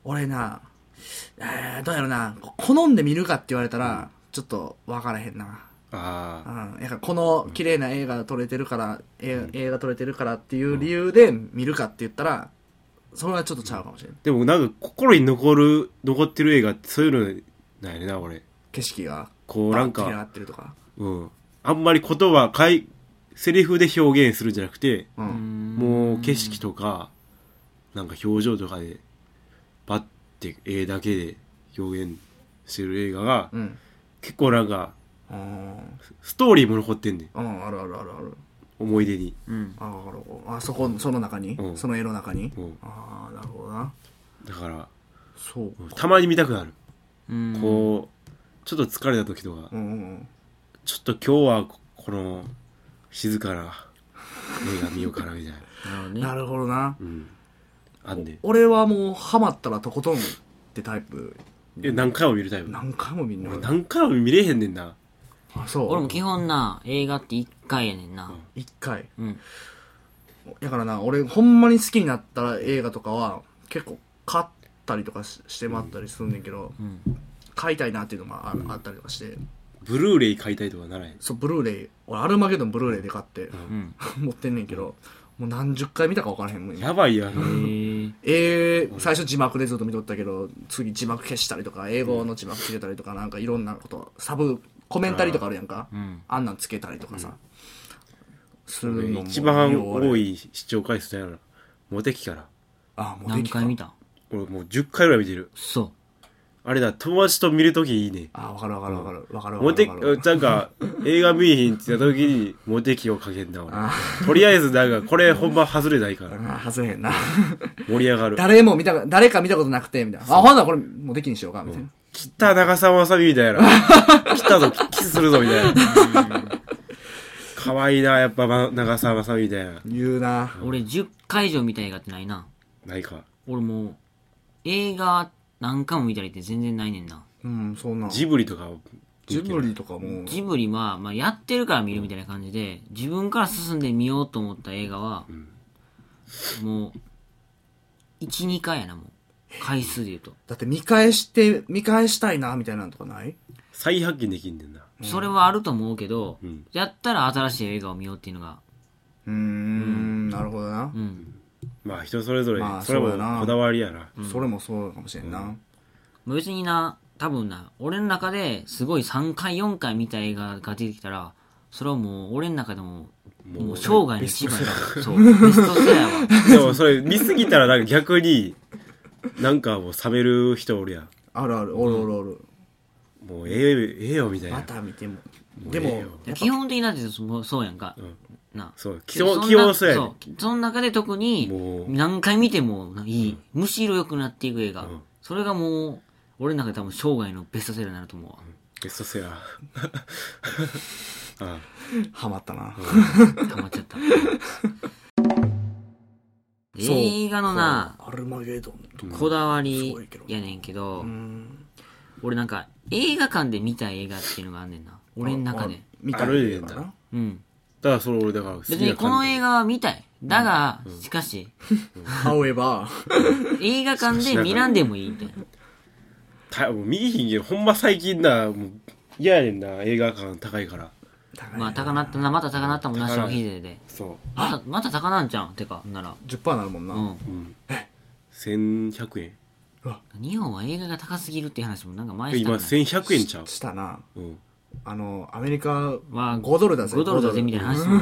S3: 俺な、えー、どうやろな、好んで見るかって言われたら、ちょっと分からへんな。
S2: あ
S3: うん、やからこの綺麗な映画撮れてるから、え映画撮れてるからっていう理由で見るかって言ったら、それはちょっとちゃうかもしれん。
S2: ーでもなんか心に残る残ってる映画ってそういうのなんやねんな俺
S3: 景色が、
S2: こうな
S3: バ
S2: ん
S3: ッて広が
S2: か、
S3: ってるとか。
S2: うん、あんまり言葉かいセリフで表現するんじゃなくて
S3: うん。
S2: もう景色とかなんか表情とかでパッて絵だけで表現してる映画が
S3: うん。
S2: 結構なんか
S3: うん。
S2: ストーリーも残ってんねん
S3: うん、あるあるあるある。
S2: 思い出に、
S1: うん。
S3: あわかるあそこその中に、
S2: うん
S3: その絵の中に、
S2: うん
S3: ああなるほどな
S2: だから
S3: そう
S2: たまに見たくなる、
S1: うん。
S2: こうちょっと疲れた時とか、
S3: うんうん
S2: ちょっと今日はここの静かな映画見ようかな みたいな、
S1: なるほど
S3: うんなるほど
S1: ね。
S3: な
S2: うん、あんねん
S3: 俺はもうハマったらとことんってタイプ
S2: え何回も見るタイプ
S3: 何回もみんな
S2: 俺何回も見れへんねんな
S3: あそう
S1: 俺も基本な、映画って一回やねんな。
S3: 一回
S1: うん。
S3: だからな俺ほんまに好きになったら映画とかは結構買ったりとかししてもらったりすんねんけど、
S1: ん
S3: 買いたいなっていうのもあ,、あったりとかして
S2: ブルーレイ買いたいとかならへん
S3: そうブルーレイ俺アルマゲドンブルーレイで買って、
S1: ん
S3: 持ってんねんけどもう何十回見たか分からへんもん今
S2: やばいやん
S1: へえ。
S3: えー、最初字幕でずっと見とったけど次字幕消したりとか英語の字幕つけたりとかなんかいろんなことサブコメンタリーとかあるやんか、
S1: ん
S3: あんなんつけたりとかさ、するのも
S2: 一番
S3: ようあれ
S2: 多い視聴回数だよなモテキから
S3: あもうで
S1: 何
S3: きた
S1: 回見た
S2: 俺もう10回ぐらい見てる
S1: そ
S2: あれだ友達と見るときいいね
S3: あ分かる分かる分かる分かる
S2: モ
S3: 分か
S2: テ
S3: る分かる
S2: なんか映画見えへんって言った時にモテキをかけんだ俺とりあえずなんかこれ本番外れな いから
S3: あ外れへんな
S2: 盛り上が る
S3: 誰も見た誰か見たことなくてみたいなあほんならこれもうできにしようかみたいな、
S2: 切った長澤まさみみた いな切ったぞキスするぞみたいな可愛いなやっぱま長澤まさみみたいな
S3: 言うな
S1: う。俺10回以上見た映画ってないな。
S2: ないか
S1: 俺もう、映画何回も見たりって全然ないねんな。
S3: うん、そんな。
S2: ジブリとか
S3: ジブリとかも、
S1: ジブリは、まあ、やってるから見るみたいな感じで、自分から進んで見ようと思った映画は、もう、1、2回やな、もう。回数で言うと。
S3: だって見返して、見返したいな、みたいなのとかない
S2: 再発見できんねんな
S1: それはあると思うけど、
S2: ん
S1: やったら新しい映画を見ようっていうのが、
S3: うーん、なるほどな
S1: う。ん。
S2: まあ人それぞれ、
S3: まあ
S2: それも
S3: そうやな
S2: こだわりやな
S3: それもそうかもしれんな。
S1: 別にな、多分な、俺の中ですごい3回、4回見た映画が出てきたら、それはもう、俺の中でも、もう生涯の一番だそう。ベストセラーは。
S2: でもそれ見すぎたらなんか逆になんかもう冷める人おるやん
S3: あるある、おるおるおる。
S2: もうええええよみたい
S3: ま
S2: な
S3: た見ても。
S2: う
S3: でも、
S2: ええ
S3: や
S2: よ
S3: っぱ
S1: 基本的になってそうそうやんか。な
S2: そう気
S1: でもそん
S2: 温
S1: な
S2: 気温そうやねん
S1: そう。その中で特に
S2: もう、
S1: 何回見てもいい。むしろ良くなっていく映画。それがもう、俺の中で多分生涯のベストセラーになると思うわ。
S2: ベストセラー あ
S3: ハマったな。
S1: たまっちゃった。
S3: そう
S1: 映画のな、
S3: アルマゲドンとか。
S1: こだわり
S3: すごいけど
S1: やねんけど、
S3: うん。
S1: 俺なんか映画館で見た映画っていうのがあんねんな。俺の中で。
S3: 見た
S2: あるやんな
S3: な。
S1: うん。
S2: ただそれ俺だから好き
S1: 別
S2: な感
S1: に
S2: じ
S1: この映画は見たい。だが、しかし、
S3: ハウエバ
S1: 映画館で見らんでもいいみたいな。
S2: たもう見えひんけどほんま最近なもう嫌やねんな映画館高いから
S1: まあ、高なったな、また高なったもんな、消費税で。
S2: そ
S1: また、また高なんじゃうんてか、なら。
S3: 10%なるもんな。
S1: うん。
S2: ううん1100円
S1: 日本は映画が高すぎるっていう話もなんか前した
S2: 今
S1: くない
S2: 1100円ちゃう
S3: したな。
S2: うん
S3: あの、アメリカ
S1: は
S3: 5ドルだぜ。
S1: 5ドルだぜみたいな話も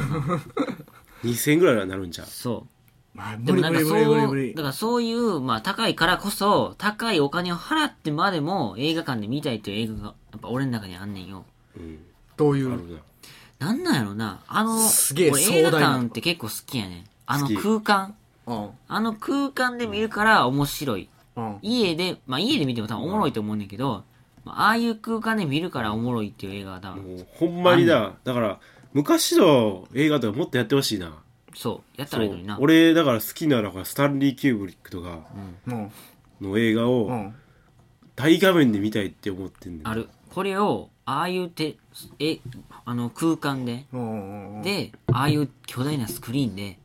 S2: 2000円ぐらいになるんちゃう
S1: そう。
S3: まあ
S1: で
S3: 無
S1: も
S3: 理
S1: なん
S3: 無
S1: か
S3: 理
S1: そ
S3: 無理無理無
S1: う、
S3: 理
S1: だ。からそういう、まあ高いからこそ、高いお金を払ってまでも映画館で見たいっていう映画が、やっぱ俺の中にあんねんよ。
S2: うん
S3: どうい
S2: あ
S3: う。
S2: るな
S1: なんなんやろな、あの、
S3: すげえ
S1: 俺映
S3: 壮大な
S1: 画館って結構好きやねん。あの
S2: 好き
S1: 空間。
S3: うん。
S1: あの空間で見るから面白い。
S3: うん。
S1: 家で、まあ家で見ても多分おもろいと思うねんだけど、まあああいう空間で見るからおもろいっていう映画は多分、
S2: もうほんまにだだから昔の映画とかもっとやってほしいな
S1: そう、やった
S2: そ
S1: らいいうのにな。
S2: 俺だから好きなのがスタンリー・キューブリックとか
S3: うん。
S2: の映画
S3: う
S2: を
S3: ん。
S2: 大画面で見たいって思ってんねん
S1: ある。これを、ああいうて、え、あの空間で、
S3: うん。
S1: で、ああいう巨大なスクリーンで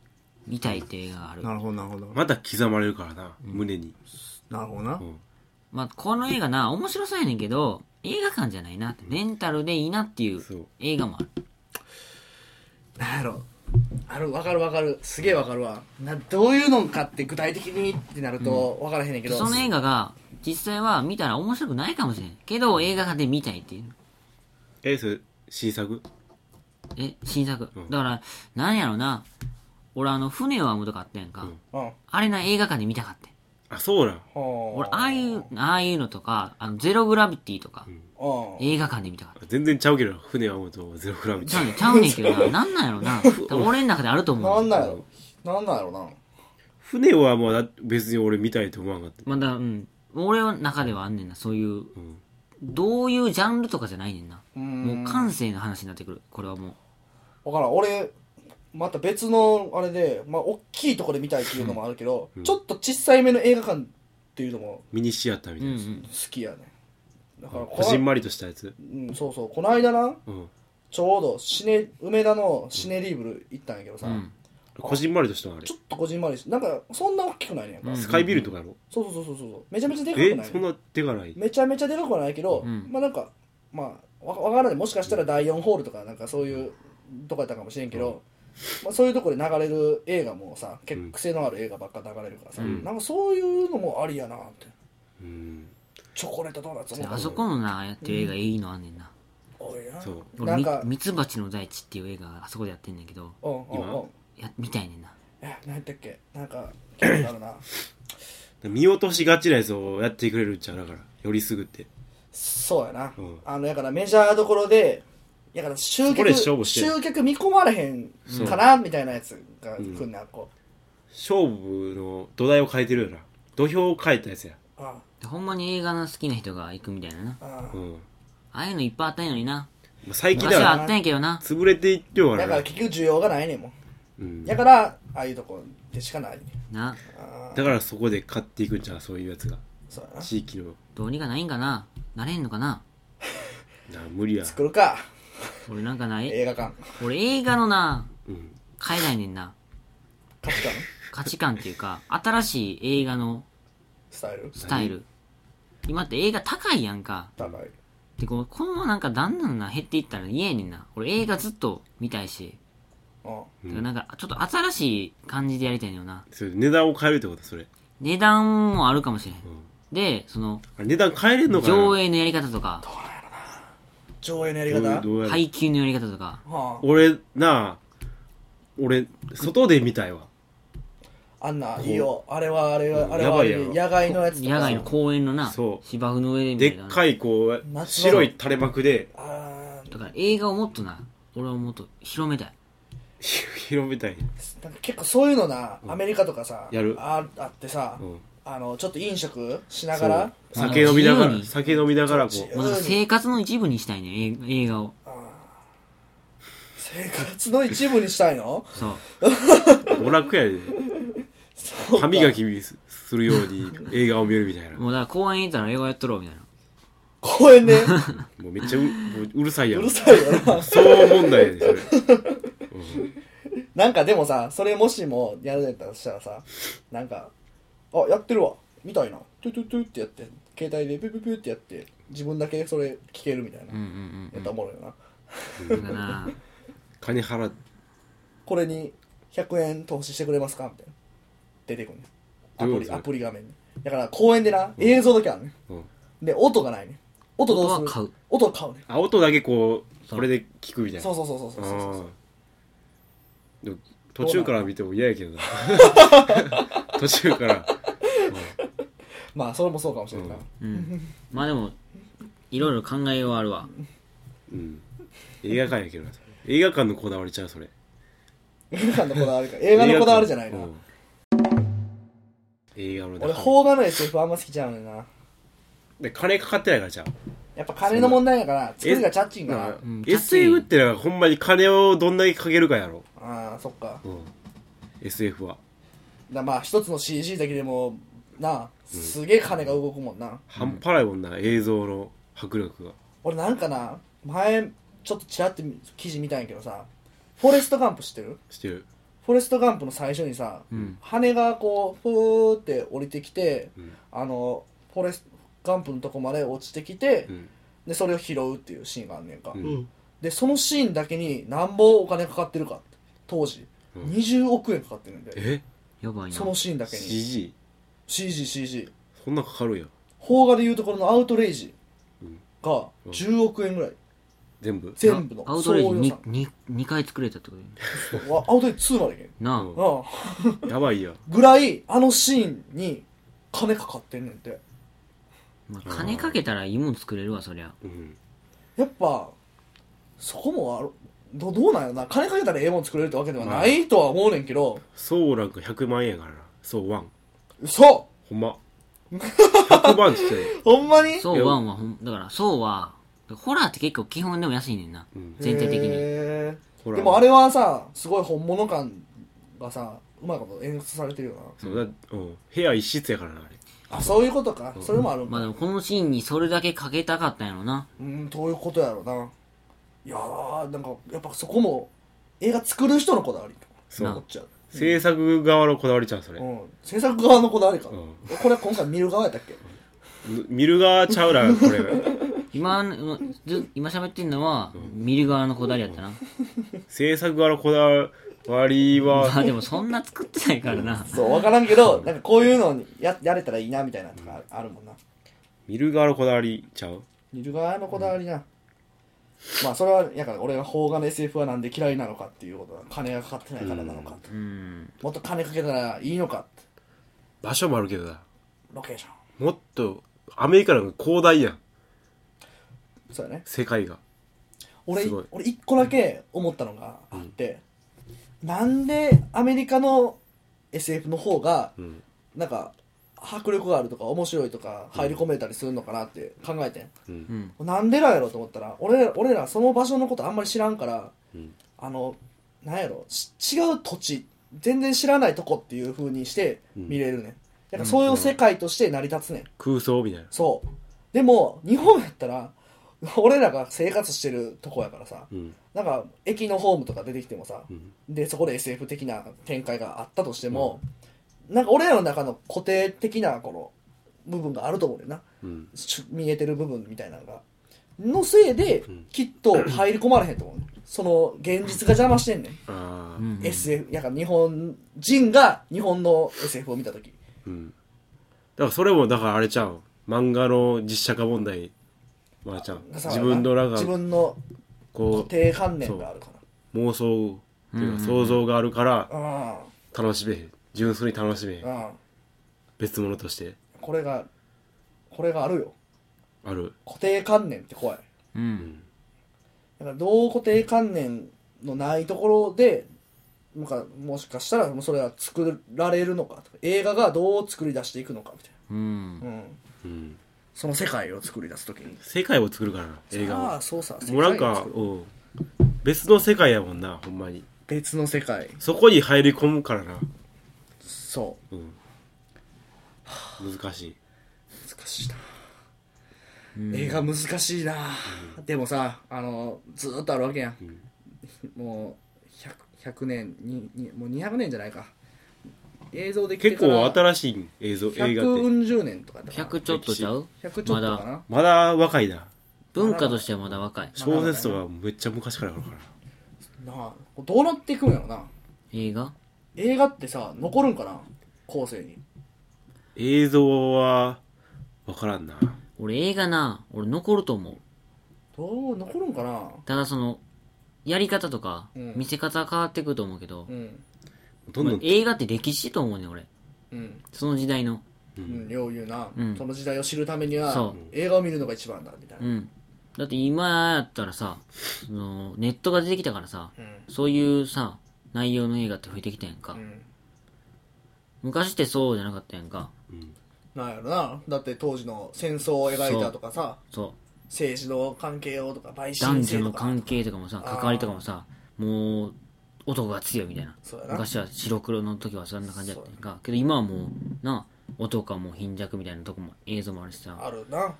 S1: 見たいっていう映画がある。
S3: なるほど、なるほど。
S2: また刻まれるからな胸に
S3: なるほどな。
S1: まあ、この映画な、面白そうやねんけど、映画館じゃないなって、レンタルでいいなっていう
S2: そう
S1: 映画もある。
S3: なんやろあるわかるわかるすげえわかるわなどういうのかって具体的にってなるとわからへんねんけど、
S1: その映画が、実際は見たら面白くないかもしれん。けど、映画館で見たいっていう。
S2: えそれ新作
S1: え、新作。だから、なんやろな、俺あの、船を編むとかあったやんか。
S2: ん
S3: うん
S1: あれな、映画館で見たかったん。
S2: あそうなん
S1: 俺
S3: ほ、
S1: ああいう、ああいうのとか、あの、ゼログラビティとか、
S3: う
S1: 映画館で見たかった。
S2: 全然ちゃうけど船はもうとゼログラム
S1: ちゃうねん、ちゃうねんけどな、なんなんやろな。多分俺の中であると思うねん。
S3: んなんやろなんなんやろな
S2: 船はもうだ別に俺見たいと思わんかった
S1: まだ、うん。俺の中ではあんねんな、そういう、どういうジャンルとかじゃないねんな。もう感性の話になってくる。これはもう。
S4: わからん俺また別のあれで、まあ、大きいところで見たいっていうのもあるけど、ちょっと小さい目の映画館っていうのも
S2: ミニシアターみた
S1: う
S2: い
S1: んう
S2: なや
S1: ん
S2: つ
S4: 好。きやねだからこ
S2: こじんまりとしたやつ
S4: の、うん、そうそうこの間な
S2: うん
S4: ちょうどシネ梅田のシネリーブル行ったんやけどさ、
S1: うん。
S2: こじんまりとしたのあれ
S4: ちょっとこじんまりしなんかそんな大きくないねんか、
S1: うん
S2: スカイビルとかやろ
S4: そうそうそうそうそうめちゃめちゃでかく
S2: え
S4: ない
S2: そんなでかない
S4: めちゃめちゃでかくはないけど、
S1: うん
S4: まあなんかまあわわからないもしかしたら第4ホールとかなんかそういうとこやったかもしれんけど、まあ、そういうとこで流れる映画もさ結構癖のある映画ばっか流れるからさ、
S1: うん
S4: なんかそういうのもありやなって
S2: うん
S4: チョコレートドーナツも
S1: あそこのな、やってる映画いいのあんねんな。
S4: おいな
S2: そう
S1: 俺、
S4: な
S1: み
S4: んか
S1: ミツバチの大地っていう映画があそこでやってんねんけど、
S4: うんうん
S2: 今
S4: うん
S1: や、見たいねんな。
S4: え何やったっけなんか聞いたあるな
S2: 見落としがちなやつをやってくれるんちゃうだからよりすぐって
S4: そうやな、
S2: うん
S4: あのやからメジャーどころでやから集
S2: そこで
S4: 客
S2: 勝負してる
S4: 集客見込まれへんかなみたいなやつが来んな、こ
S2: 勝負の土台を変えてるよな土俵を変えたやつや
S4: うあ
S1: でほんまに映画の好きな人が行くみたいなな。あ
S4: あ
S2: うん
S1: あいうのいっぱいあったんやのにな。
S2: まあ最近
S1: 昔
S2: で
S1: はあ
S2: は
S1: ったんやけどな。
S2: 潰れていってようか
S4: だから
S2: な
S4: 結局需要がないねんもん
S2: うん
S4: だからああいうとこでしかないねん
S1: な、
S4: ああ
S2: だからそこで買っていくんちゃうそういうやつが
S4: そうやな
S2: 地域の
S1: どうにかないんかな。なれんのかな
S2: な無理や
S3: 作るか
S1: 俺なんかな、え
S3: 映画館
S1: 俺映画のな、
S2: うん
S1: 変えないねんな。
S3: 価値観
S1: 価値観っていうか、新しい映画の
S3: スタイル
S1: スタイル。今って映画高いやんか。
S3: 高い
S1: で、こう今後なんかだんだんな減っていったら嫌やねんな。俺映画ずっと見たいし。
S3: うん
S1: だ
S2: う
S1: から
S2: ん
S1: なんか、ちょっと新しい感じでやりたいのよな。
S2: それ値段を変えるってことそれ
S1: 値段もあるかもしれん。で、その、
S2: あれ値段変えれんのかな
S1: 上映のやり方とか、
S3: 上映のやり
S2: どう
S3: 方
S2: どうやる
S1: 配給のやり方とか、
S3: は
S2: 俺なあ俺外で見たいわ
S3: ああんないいよあれはあれはあれ
S2: や
S3: は
S2: ばいやろ
S3: 野外のやつとか
S1: 野外の公園のな、
S2: そう
S1: 芝生の上でみた
S2: で
S1: いな
S2: っ。かいこう
S3: 夏場
S2: 白い垂れ幕で
S3: あ
S1: だから映画をもっとな、俺はもっと広めたい。
S2: 広めたい
S3: ーなんか結構そういうのなアメリカとかさ
S2: やる
S3: ああってさ
S2: うん
S3: あのちょっと飲食しながら
S2: そう酒飲みなが
S1: 自由
S2: ら
S1: に
S2: 酒飲みながらこ
S3: そうう
S1: もうなんか生活の一部にしたいね、映映画を。
S3: 生活の一部にしたいの
S1: そう。
S2: 娯楽やで歯磨きすするように映画を見るみたいなも
S1: もうだから公園行ったら映画やっとろうみたいな。
S3: 公園で
S2: うめっちゃうもううるさいや
S3: うんるさいよな
S2: そう問題やでそれ
S3: なんかでもさ、それもしもやるんだったらしたらさ、なんか、あ、やってるわ、みたいな。トゥトゥトゥってやって、携帯でピュピュピュってやって、自分だけそれ聞けるみたいな。
S1: うんう
S3: や
S1: ん
S3: ったらおもろいよな。
S1: うん。だからな、
S2: 金払って
S3: これに100円投資してくれますかみたいな。出てくるね。ア
S2: どういう
S3: プリ、
S2: ことそれ
S3: アプリ画面に。だから公園でな、映像だけあるね。
S2: うん
S3: で、音がないね。音どうする
S1: 音は買う。
S3: 音買うね。
S2: あ音だけこう
S1: そう
S2: これで聞くみたいな
S3: そうそうそうそうそうそうそう。
S2: うんでも途中から見ても嫌やけどな途中から
S3: まあ、それもそうかもしれんない。
S1: うん。まあでも、いろいろ考えはあるわ。
S2: うん映画館やけどなそれ映画館のこだわりちゃうそれ
S3: 映画館のこだわりか。映画のこだわりじゃないな
S2: う。ん映画の
S3: 俺、
S2: だから
S3: 邦画の SF あんま好きちゃうねんな。
S2: で金かかってないからじゃん
S3: やっぱ金の問題やから、作りがチャッチンかな。
S1: ん
S2: SF ってのはほんまに金をどんだけかけるかやろ、
S3: ああ、そっか。
S2: うん SF は
S3: だまあ、一つの CG だけでも、なあ、すげえ金が動くもんな。
S2: 半端ないもんな映像の迫力が
S3: 俺なんかな、前、ちょっとちらって記事見たんやけどさ、フォレストガンプ知ってる
S2: してる
S3: フォレストガンプの最初にさ、
S1: うん。
S3: 羽がこう、ふーって降りてきて、
S2: うん
S3: あの、フォレストガンプのとこまで落ちてきて、
S2: うん
S3: で、それを拾うっていうシーンがあんねんか。
S2: うん
S3: で、そのシーンだけになんぼお金かかってるかって、当時。
S2: うん
S3: 20億円かかってるんで、
S2: え
S1: やばいな
S3: そ。のシーンだけに。
S2: CG
S3: CG、CG。
S2: そんなんかかるんや
S3: 邦画でいうところのアウトレイジ
S2: うん
S3: が10億円ぐらい
S2: 全部
S3: 全部の
S1: アウトレイジ
S3: 総予算
S1: 2, 2回作れたってことや
S3: わアウトレイジ2までいけん
S1: な
S2: うん
S1: あ。
S3: あ
S2: やばいや
S3: あぐらいあのシーンに金かかってんねんて
S1: まあ、金かけたらいいもん作れるわ、そりゃ。
S2: うん
S3: やっぱそこもあるどどうなんやろな金かけたらええもん作れるってわけではないとは思うねんけど
S2: そうなんか100万円やからなそうワン
S3: 嘘
S2: ほんま100万っつってたよ
S3: ほんまに
S1: そう1はほん、だから、そうは、ホラーって結構基本でも安いねんな。
S2: うん
S1: 全体的に
S3: へ
S2: ほ
S3: ー
S2: ら
S3: でもあれはさすごい本物感がさうまいこと演出されてるよ
S2: そうだうん部屋一室やからなあれ
S3: なあそういうことかそれもあるんか
S1: まあでもこのシーンにそれだけかけたかったんやろな。
S3: うん、どういうことやろうな。いやー、なんか、やっぱそこも、映画作る人のこだわりと
S2: そう
S3: 思っちゃう。
S2: 制作側のこだわりちゃうそれ、
S3: うん。制作側のこだわりか。
S2: ん
S3: これは今回見る側やったっけ
S2: 見る側ちゃうなこれ
S1: 今、ず今喋ってんのは、見る側のこだわりやったな。
S2: 制作側のこだわり
S1: まあ
S2: は
S1: でもそんな作ってないからな。
S3: そう、わからんけど、なんかこういうのにややれたらいいな、みたいなのとかああるもんな。
S2: 見る側のこだわりちゃう
S3: 見る側のこだわりな。まあ、それは、やから俺が邦画の SF はなんで嫌いなのかっていうことだ。金がかかってないからなのかと。
S1: うん。
S3: もっと金かけたらいいのかって。
S2: 場所もあるけどな
S3: ロケーション。
S2: もっとアメリカなんか広大やん
S3: そうやね。
S2: 世界が
S3: 俺
S2: すごい
S3: 俺一個だけ思ったのがあって、なんでアメリカの SF の方が
S2: ん
S3: なんか迫力があるとか面白いとか入り込めたりするのかなって考えて
S2: うん
S1: うんん。
S3: ん、なんでなんやろと思ったら俺ら俺らその場所のことあんまり知らんから、
S2: うん
S3: あのなんやろし違う土地全然知らないとこっていう風にして見れるね、ん、だからそういう世界として成り立つねん、
S2: 空想みたいな
S3: そうでも日本やったら 俺らが生活してるとこやからさ
S2: うん
S3: なんか駅のホームとか出てきてもさ、
S2: ん
S3: でそこで SF 的な展開があったとしても、なんか俺らの中の固定的なこの部分があると思うんだよな
S2: うん
S3: し見えてる部分みたいなのがのせいできっと入り込まれへんと思うねその現実が邪魔してんねん
S2: ああ
S1: うん
S3: SF やから日本人が日本の SF を見た時
S2: うんだからそれもだからあれちゃう漫画の実写化問題まあちゃん
S3: さ
S2: 自分のらが
S3: 自分の固
S2: こ
S3: 定観念があるか
S2: う妄想っていうか想像があるから
S3: ら
S2: 楽しめへん純粋に楽しめへ
S3: うんんうん
S2: 別物として
S3: これがこれがあるよ
S2: ある
S3: 固定観念って怖い
S1: うん
S3: だからどう固定観念のないところでなんかもしかしたらもうそれは作られるのかとか映画がどう作り出していくのかみたい
S1: うん
S3: な、うん、
S2: うん
S3: その世界を作り出す時に
S2: 世界を作るからな映画
S3: あ
S2: は
S3: あそうさ
S2: もうなん
S3: 世界を
S2: か
S3: 作る
S2: うん別の世界やもんなほんまに
S3: 別の世界
S2: そこに入り込むからな
S3: そ
S2: うん難しいう
S3: 難しいな、映画難しいな、でもさあのずーっとあるわけやん、もう 100, 100年ににもう200年じゃないか映像できて
S2: 結
S3: から
S2: 構新しい映像映画って
S3: 140年とかだったか
S1: 100ちょっとちゃう
S3: な100ちょっとかな、
S1: まだ
S2: まだ若いな
S1: 文化としてはまだ若い
S2: 小説とかめっちゃ昔からあるから
S3: なあどうなっていくんやろな
S1: 映画
S3: 映画ってさ残るんかな後世に
S2: 映像は分からんな
S1: 俺映画な俺残ると思う
S3: どう残るんかな
S1: ただそのやり方とか
S3: うん
S1: 見せ方変わってくると思うけど、
S3: うん
S2: どんどん
S1: 映画って歴史と思うねん俺
S3: うん
S1: その時代の
S3: うん、よう言うな、
S1: うん
S3: その時代を知るためには
S1: そ
S3: 映画を見るのが一番だみたいうな、
S1: んだって今やったらさそのネットが出てきたからさ
S3: うん
S1: そういうさ内容の映画って増えてきたやんか、
S3: うん
S1: 昔ってそうじゃなかったやんか
S3: なんやろなだって当時の戦争を描いたとかさ
S1: そう
S3: 政治の関係をとか陪
S1: 男
S3: 審
S1: 女
S3: 制と
S1: の
S3: か
S1: 関係とかもさ関わりとかもさもう男が強いみたいな
S3: そうやな
S1: 昔は白黒の時はそんな感じだったやんかけど今はもうな男はもう貧弱みたいなとこも映像もあるしさ
S3: あるな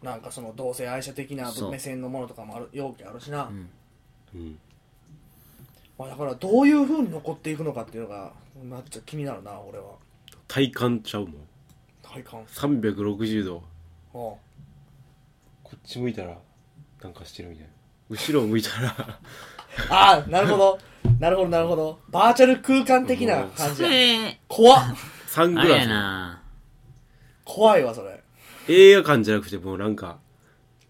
S3: なんかその同性愛者的な
S1: そう
S3: 目線のものとかもある容器あるしな、
S1: ん
S2: うん
S3: まあ、だからどういうふうに残っていくのかっていうのが、まあ、ちょっと気になるな俺は
S2: 体感ちゃうもん
S3: 体感
S2: 360度
S3: うん
S2: こっち向いたらなんかしてるみたいな後ろ向いたら
S3: ああなるほどなるほどなるほどバーチャル空間的な感
S1: そ
S3: じや
S1: れ
S3: 怖っ
S2: サン
S1: あ
S2: グ
S1: れや
S2: ラ
S1: な
S3: 怖いわそれ
S2: ス映画館じゃなくてもうなんか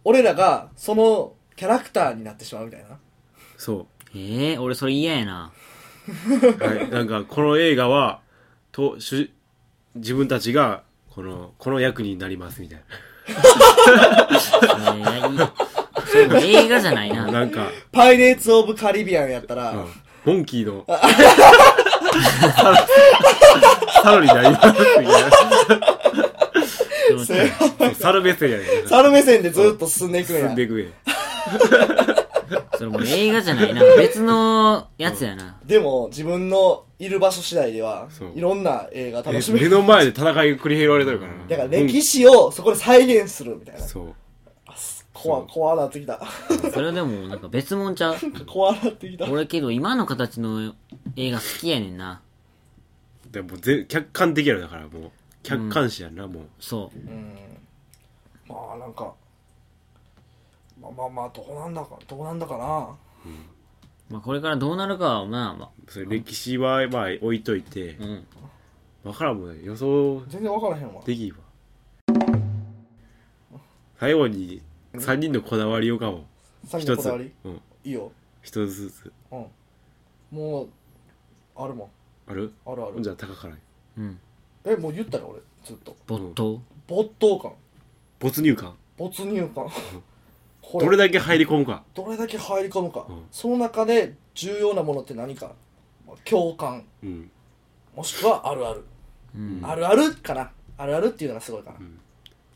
S3: 俺らがそのキャラクターになってしまうみたいな
S2: そ
S1: ええ俺それ嫌やな
S2: う、はい、なんかこの映画はと主自分たちがこのこの役になりますみたい
S1: それやいそれも映画じゃない
S2: な
S1: な
S2: なんか、
S3: パイレーツ・オブ・カリビアンやったら、
S2: うん、モンキーの 猿になりますみたい
S1: でも
S3: せ
S2: な猿目線やねん
S3: 猿目線でずっと進んでいくんや
S2: 進んでいくね
S1: それもう映画じゃないな別のやつやな
S3: でも自分のいる場所次第では
S2: そう
S3: いろんな映画楽しめ
S2: 目
S3: る
S2: の前で戦いが繰り広げられてるからな
S3: だから歴史をそこで再現するみたいな
S2: そう
S3: 怖怖なってきた
S1: それでもなんか別もんちゃう
S3: 怖なってきた
S1: 俺けど今の形の映画好きやねんな
S2: でもぜ客観的やろだからもう客観視やんな、もう
S1: そう
S3: まあなんかまあまあまあどうなんだかどうなんだかな
S1: まあ、これからどうなるかはまあま
S2: それ歴史はまあ置いといて
S1: あ、うん、
S2: 分からんもんね予想
S3: 全然分からへんわ
S2: できんわ最後に3人のこだわりをかも
S3: 最後の
S2: 一
S3: こ
S2: つ
S3: だわり
S2: うん
S3: いいよ
S2: 一つずつ
S3: うんもうあるもん
S2: ある
S3: あるあ
S2: じ
S3: る
S2: ゃあ高から
S1: うん、
S3: えもう言ったら俺ずっと
S1: 没頭
S3: 没頭感
S2: 没入感
S3: 没入 感こ
S2: どれだけ入り込むか
S3: どれだけ入り込むか、
S2: うん
S3: その中で重要なものって何かまあ共感
S2: うん
S3: もしくはあるある、
S1: うん
S3: あるあるかなあるあるっていうのがすごいかな、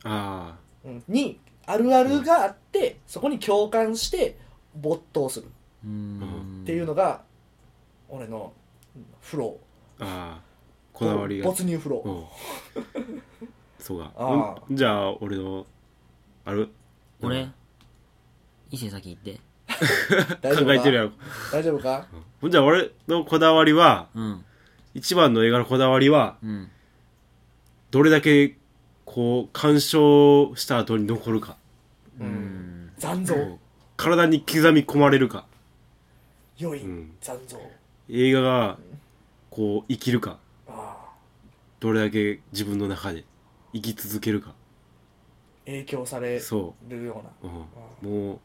S2: あ
S3: うんにあるあるがあって、そこに共感して没頭する
S1: う
S2: うん
S1: ん
S3: っていうのが、俺のうんフロ
S2: あああ
S3: ー
S2: こだわりが
S3: 没入フロー、
S2: うんそうか
S3: ああ
S2: うんじゃあ俺のある
S1: 俺、伊勢先行って。
S2: 考
S3: 大丈夫か
S2: えてるやろ
S3: 大丈夫か
S2: ほんじゃ俺のこだわりは
S1: うん。
S2: 一番の映画のこだわりは
S1: うん。
S2: どれだけこう鑑賞した後に残るか
S3: 残像
S2: 体に刻み込まれるか
S3: 良い
S2: ん
S3: 残像
S2: 映画がこう生きるか
S3: ああ
S2: どれだけ自分の中で生き続けるか
S3: 影響され
S2: そ
S3: るような
S2: う、うん、もう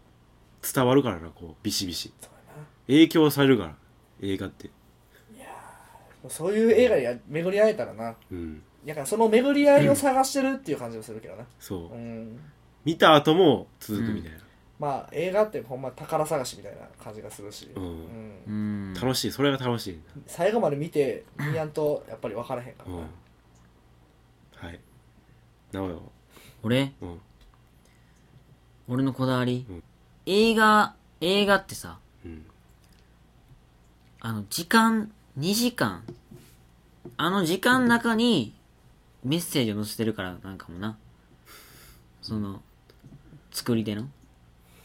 S2: 伝わるからなこうビシビシ
S3: そうやな
S2: 影響されるから映画って
S3: そういう映画にや巡り会えたらな
S2: うん
S3: だからその巡り合いを探してるっていう感じもするけどな
S2: そううん見た後も続くみたいな、
S3: まあ映画ってほんま宝探しみたいな感じがするし、
S2: うん
S1: う
S3: うん
S1: ん。
S2: 楽しいそれが楽しいな
S3: 最後まで見て見やんとやっぱり分からへんから
S2: うん
S3: な、
S2: はいなおよ
S1: 俺
S2: うん
S1: 俺のこだわり、
S2: うん
S1: 映画、映画ってさ、
S2: うん
S1: あの、時間、2時間。あの時間の中に、メッセージを載せてるから、なんかもな。その、作り手の。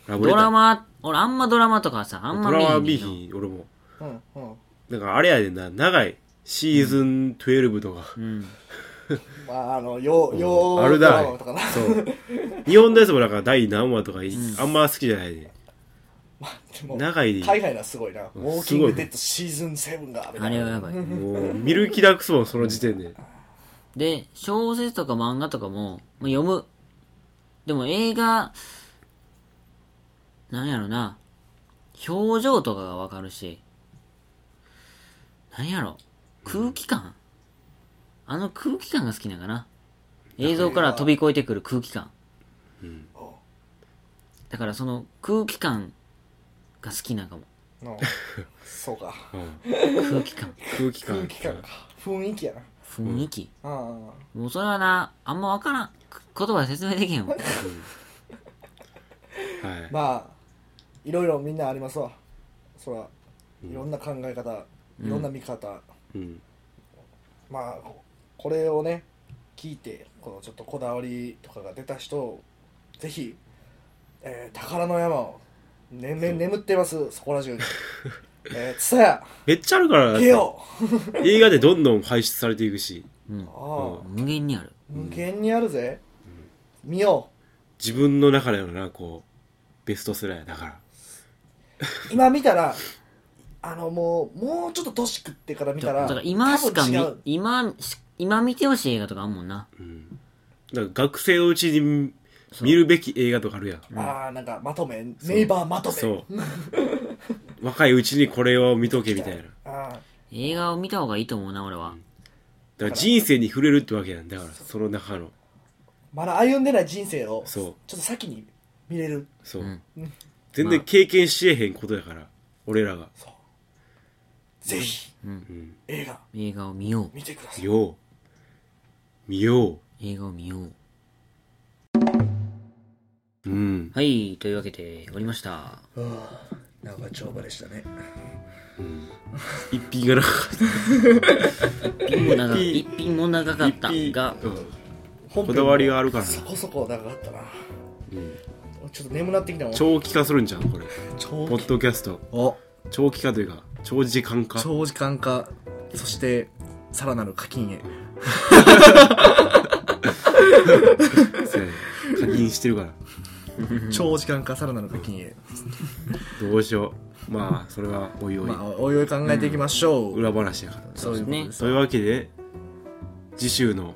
S2: ラブレ
S1: ド
S2: ター
S1: ラマ、俺あんまドラマとかさ、あんま
S2: ドラマ
S1: 見えへ
S2: 見
S1: んけど
S2: ひん俺も
S3: うんうん
S2: だからあれやでな長いシーズン12とか、
S1: うん。
S3: まああのようよう
S2: ある
S3: ド
S2: だ
S3: ラマとかな
S2: そう 日本のやつもなんか第何話とかい、あんま好きじゃないで
S3: でも
S2: 長い
S3: 海外のはすごいな「ウ
S2: うん
S3: ォーキングデッドシーズン7が」みた
S1: あ
S3: い
S1: れは
S3: な
S1: やばい。
S2: もう見る気なくそもんその時点で
S1: で、小説とか漫画とかも、まあ、読む。でも映画、なんやろな、表情とかがわかるし、なんやろ、空気感、あの空気感が好きなんかな。映像から飛び越えてくる空気感。
S2: うん
S1: だからその空気感が好きなんかも。
S3: うんそうか
S2: うん
S1: 空気感、
S2: 空気感
S3: 空気感か雰囲気やな
S1: 雰囲気。
S3: うんうん
S1: もうそれはな、あんまわからん。く言葉で説明できへんわ。
S2: はい、
S3: まあいろいろみんなありますわそらいろんな考え方いろんな見方、
S2: うん
S3: まあここれをね聞いてこのちょっとこだわりとかが出た人ぜひ、えー宝の山を、ねね、眠ってますそこら中にえー蔦 屋
S2: めっちゃあるからだって
S3: ゲオ
S2: 映画でどんどん排出されていくし
S1: うん。
S3: ああ
S1: 無限にある。
S3: 無限にあるぜ、見よ
S2: 自分の中でのなこうベストセラーやだから
S3: う今見たらあのもうもうちょっと年食ってから見たら
S1: だから今しか見
S3: 多分違う、
S1: 今し、今見てほしい映画とかあんもんな。
S2: うんだから学生のうちに見るべき映画とかあるやん
S3: ああなんかまとめネイバーまとめ
S2: そう若いうちにこれを見とけみたいなだか
S3: ああ
S1: 映画を見た方がいいと思うな、俺は。
S2: ら人生に触れるってわけやんだからその中の
S3: まだ歩んでない人生をち
S2: そ
S3: ょ
S2: う
S3: っと先に見れる
S2: そう、
S1: ん
S2: 全然経験しえへんことやから俺らが、
S3: ぜひ
S2: うん、
S3: 映画
S1: 映画を見よう。
S3: 見てください
S2: 見よう見よ
S1: 映画を見よう。
S2: ううん
S1: はい、というわけで、終わりました。
S3: 長丁場でしたね
S2: 一品がなかっ
S1: 一品も長
S2: 一
S1: 一品も長かった
S2: た一品
S1: が、
S2: うん、こだわりがあるからな
S3: そこそこ長かったな
S2: うん
S3: ちょっと眠なってきたもん
S2: 長期化するんじゃんこれ
S3: 長
S2: ポッドキャスト
S5: お
S2: 長期化というか長時間化
S5: 長時間化そしてさらなる課金へ
S2: そうやね課金してるから
S5: 長時間化さらなる課金へ
S2: どうしようまあそれはおいおい、
S5: まあおいおい考えていきましょう、
S2: 裏話やから
S5: そういうことです
S2: というわけで次週の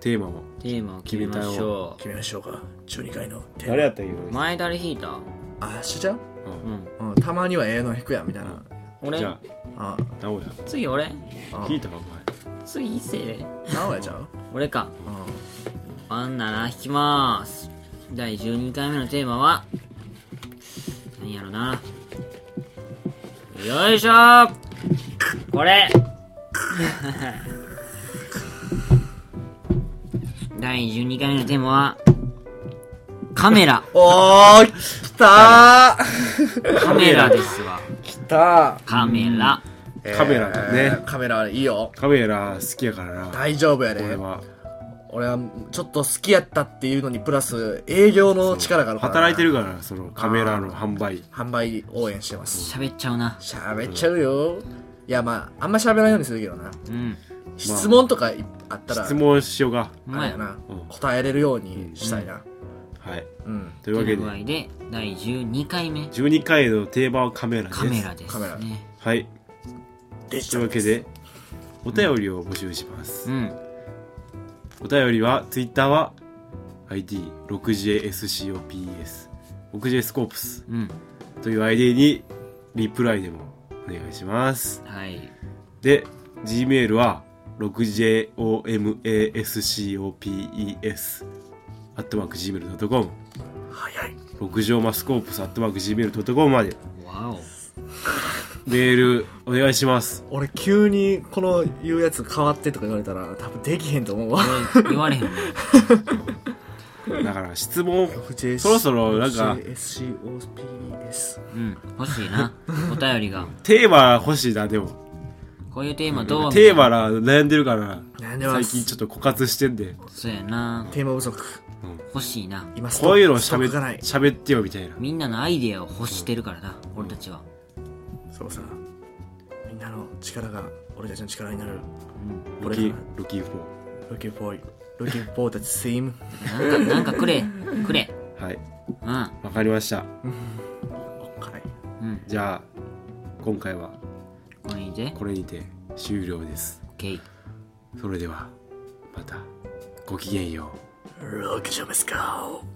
S2: テーマを
S1: テーマを決めましょ
S5: 決めましょうか12回のテ
S2: 誰やったっけ
S1: う。前誰引いた
S5: あしちゃん
S1: うん。
S5: うん、たまにはええの引くやみたいな
S2: じ
S1: 俺
S2: ゃ、
S5: あ
S2: あ直哉
S1: 次俺
S5: あ
S2: 聞いたかお
S1: 次伊勢
S5: なおやちゃう
S1: 俺か。
S5: うん
S1: ワンナな引きまーす。第12回目のテーマは、何やろな。よいしょーこれ 第12回目のテーマは、カメラ。
S5: おーきた
S1: カメラですわ。
S3: きた
S1: カメラ。
S2: 前カメラだね、
S5: カメラいいよ
S2: カメラ好きやからな
S5: 大丈夫や
S2: 俺
S5: で
S2: は
S3: 俺はちょっと好きやったっていうのにプラス営業の力があるからな
S2: 働いてるからなそのカメラの販売
S3: 販売応援してます
S1: 喋っちゃうな
S3: 喋っちゃうよいやまああんま喋らないようにするけどな
S1: うん
S3: 質問とかいあったら
S2: 質問しようか
S1: う
S3: あ
S1: ま
S3: れ
S1: い
S3: やな
S2: うん
S3: 答えれるようにしたいな
S2: はい
S3: うん
S2: というわ
S1: とい
S2: け
S1: う
S2: で
S1: 具合で第12回目
S2: 12回のテーマはカメラです
S1: カメラです
S3: カメラ
S1: ね
S2: はい
S3: で
S2: というわけでお便りを募集します、
S1: うん
S2: お便りは Twitter は ID6JSCOPS 6 j スコープス
S1: うん
S2: という ID にリプライでもお願いします
S1: はい
S2: で Gmail は 6JOMASCOPES アットマーク Gmail.com
S3: 早い
S2: 六条マスコープスアットマーク Gmail.com まで
S1: わお
S2: メールお願いします
S3: 俺急にこの言うやつ変わってとか言われたら多分できへんと思うわ
S1: これ言われへんね
S2: だから質問
S3: そ
S2: そろそろなんか
S3: SCOPS
S1: うん欲しいなお便りが
S2: テーマ欲しいなでも
S1: こういうテーマどう
S2: テーマな悩んでるから
S3: 悩んでま
S2: 最
S3: す
S2: 近ちょっと枯渇してんで
S1: そうやな
S3: テーマ不足
S1: 欲しいな
S3: 今ストッ
S2: こういうの
S3: ストッ
S2: 喋
S3: ク
S2: っ
S3: がない
S2: 喋ってよみたいな
S1: みんなのアイデアを欲してるからな俺たちは
S3: そうさみんなの力が俺たちの力になるこ
S2: ロ
S3: れ
S2: キ
S3: から
S2: ロキフォ
S3: Looking for Looking for the same
S1: なんかなんかくれくれ
S2: ーはい
S1: うん
S2: わかりました
S3: はい
S1: うん
S2: じゃあ今回は
S1: これにて
S2: これにて終了です
S1: オッケー
S2: それではまたごきげんよう
S3: Look at your scope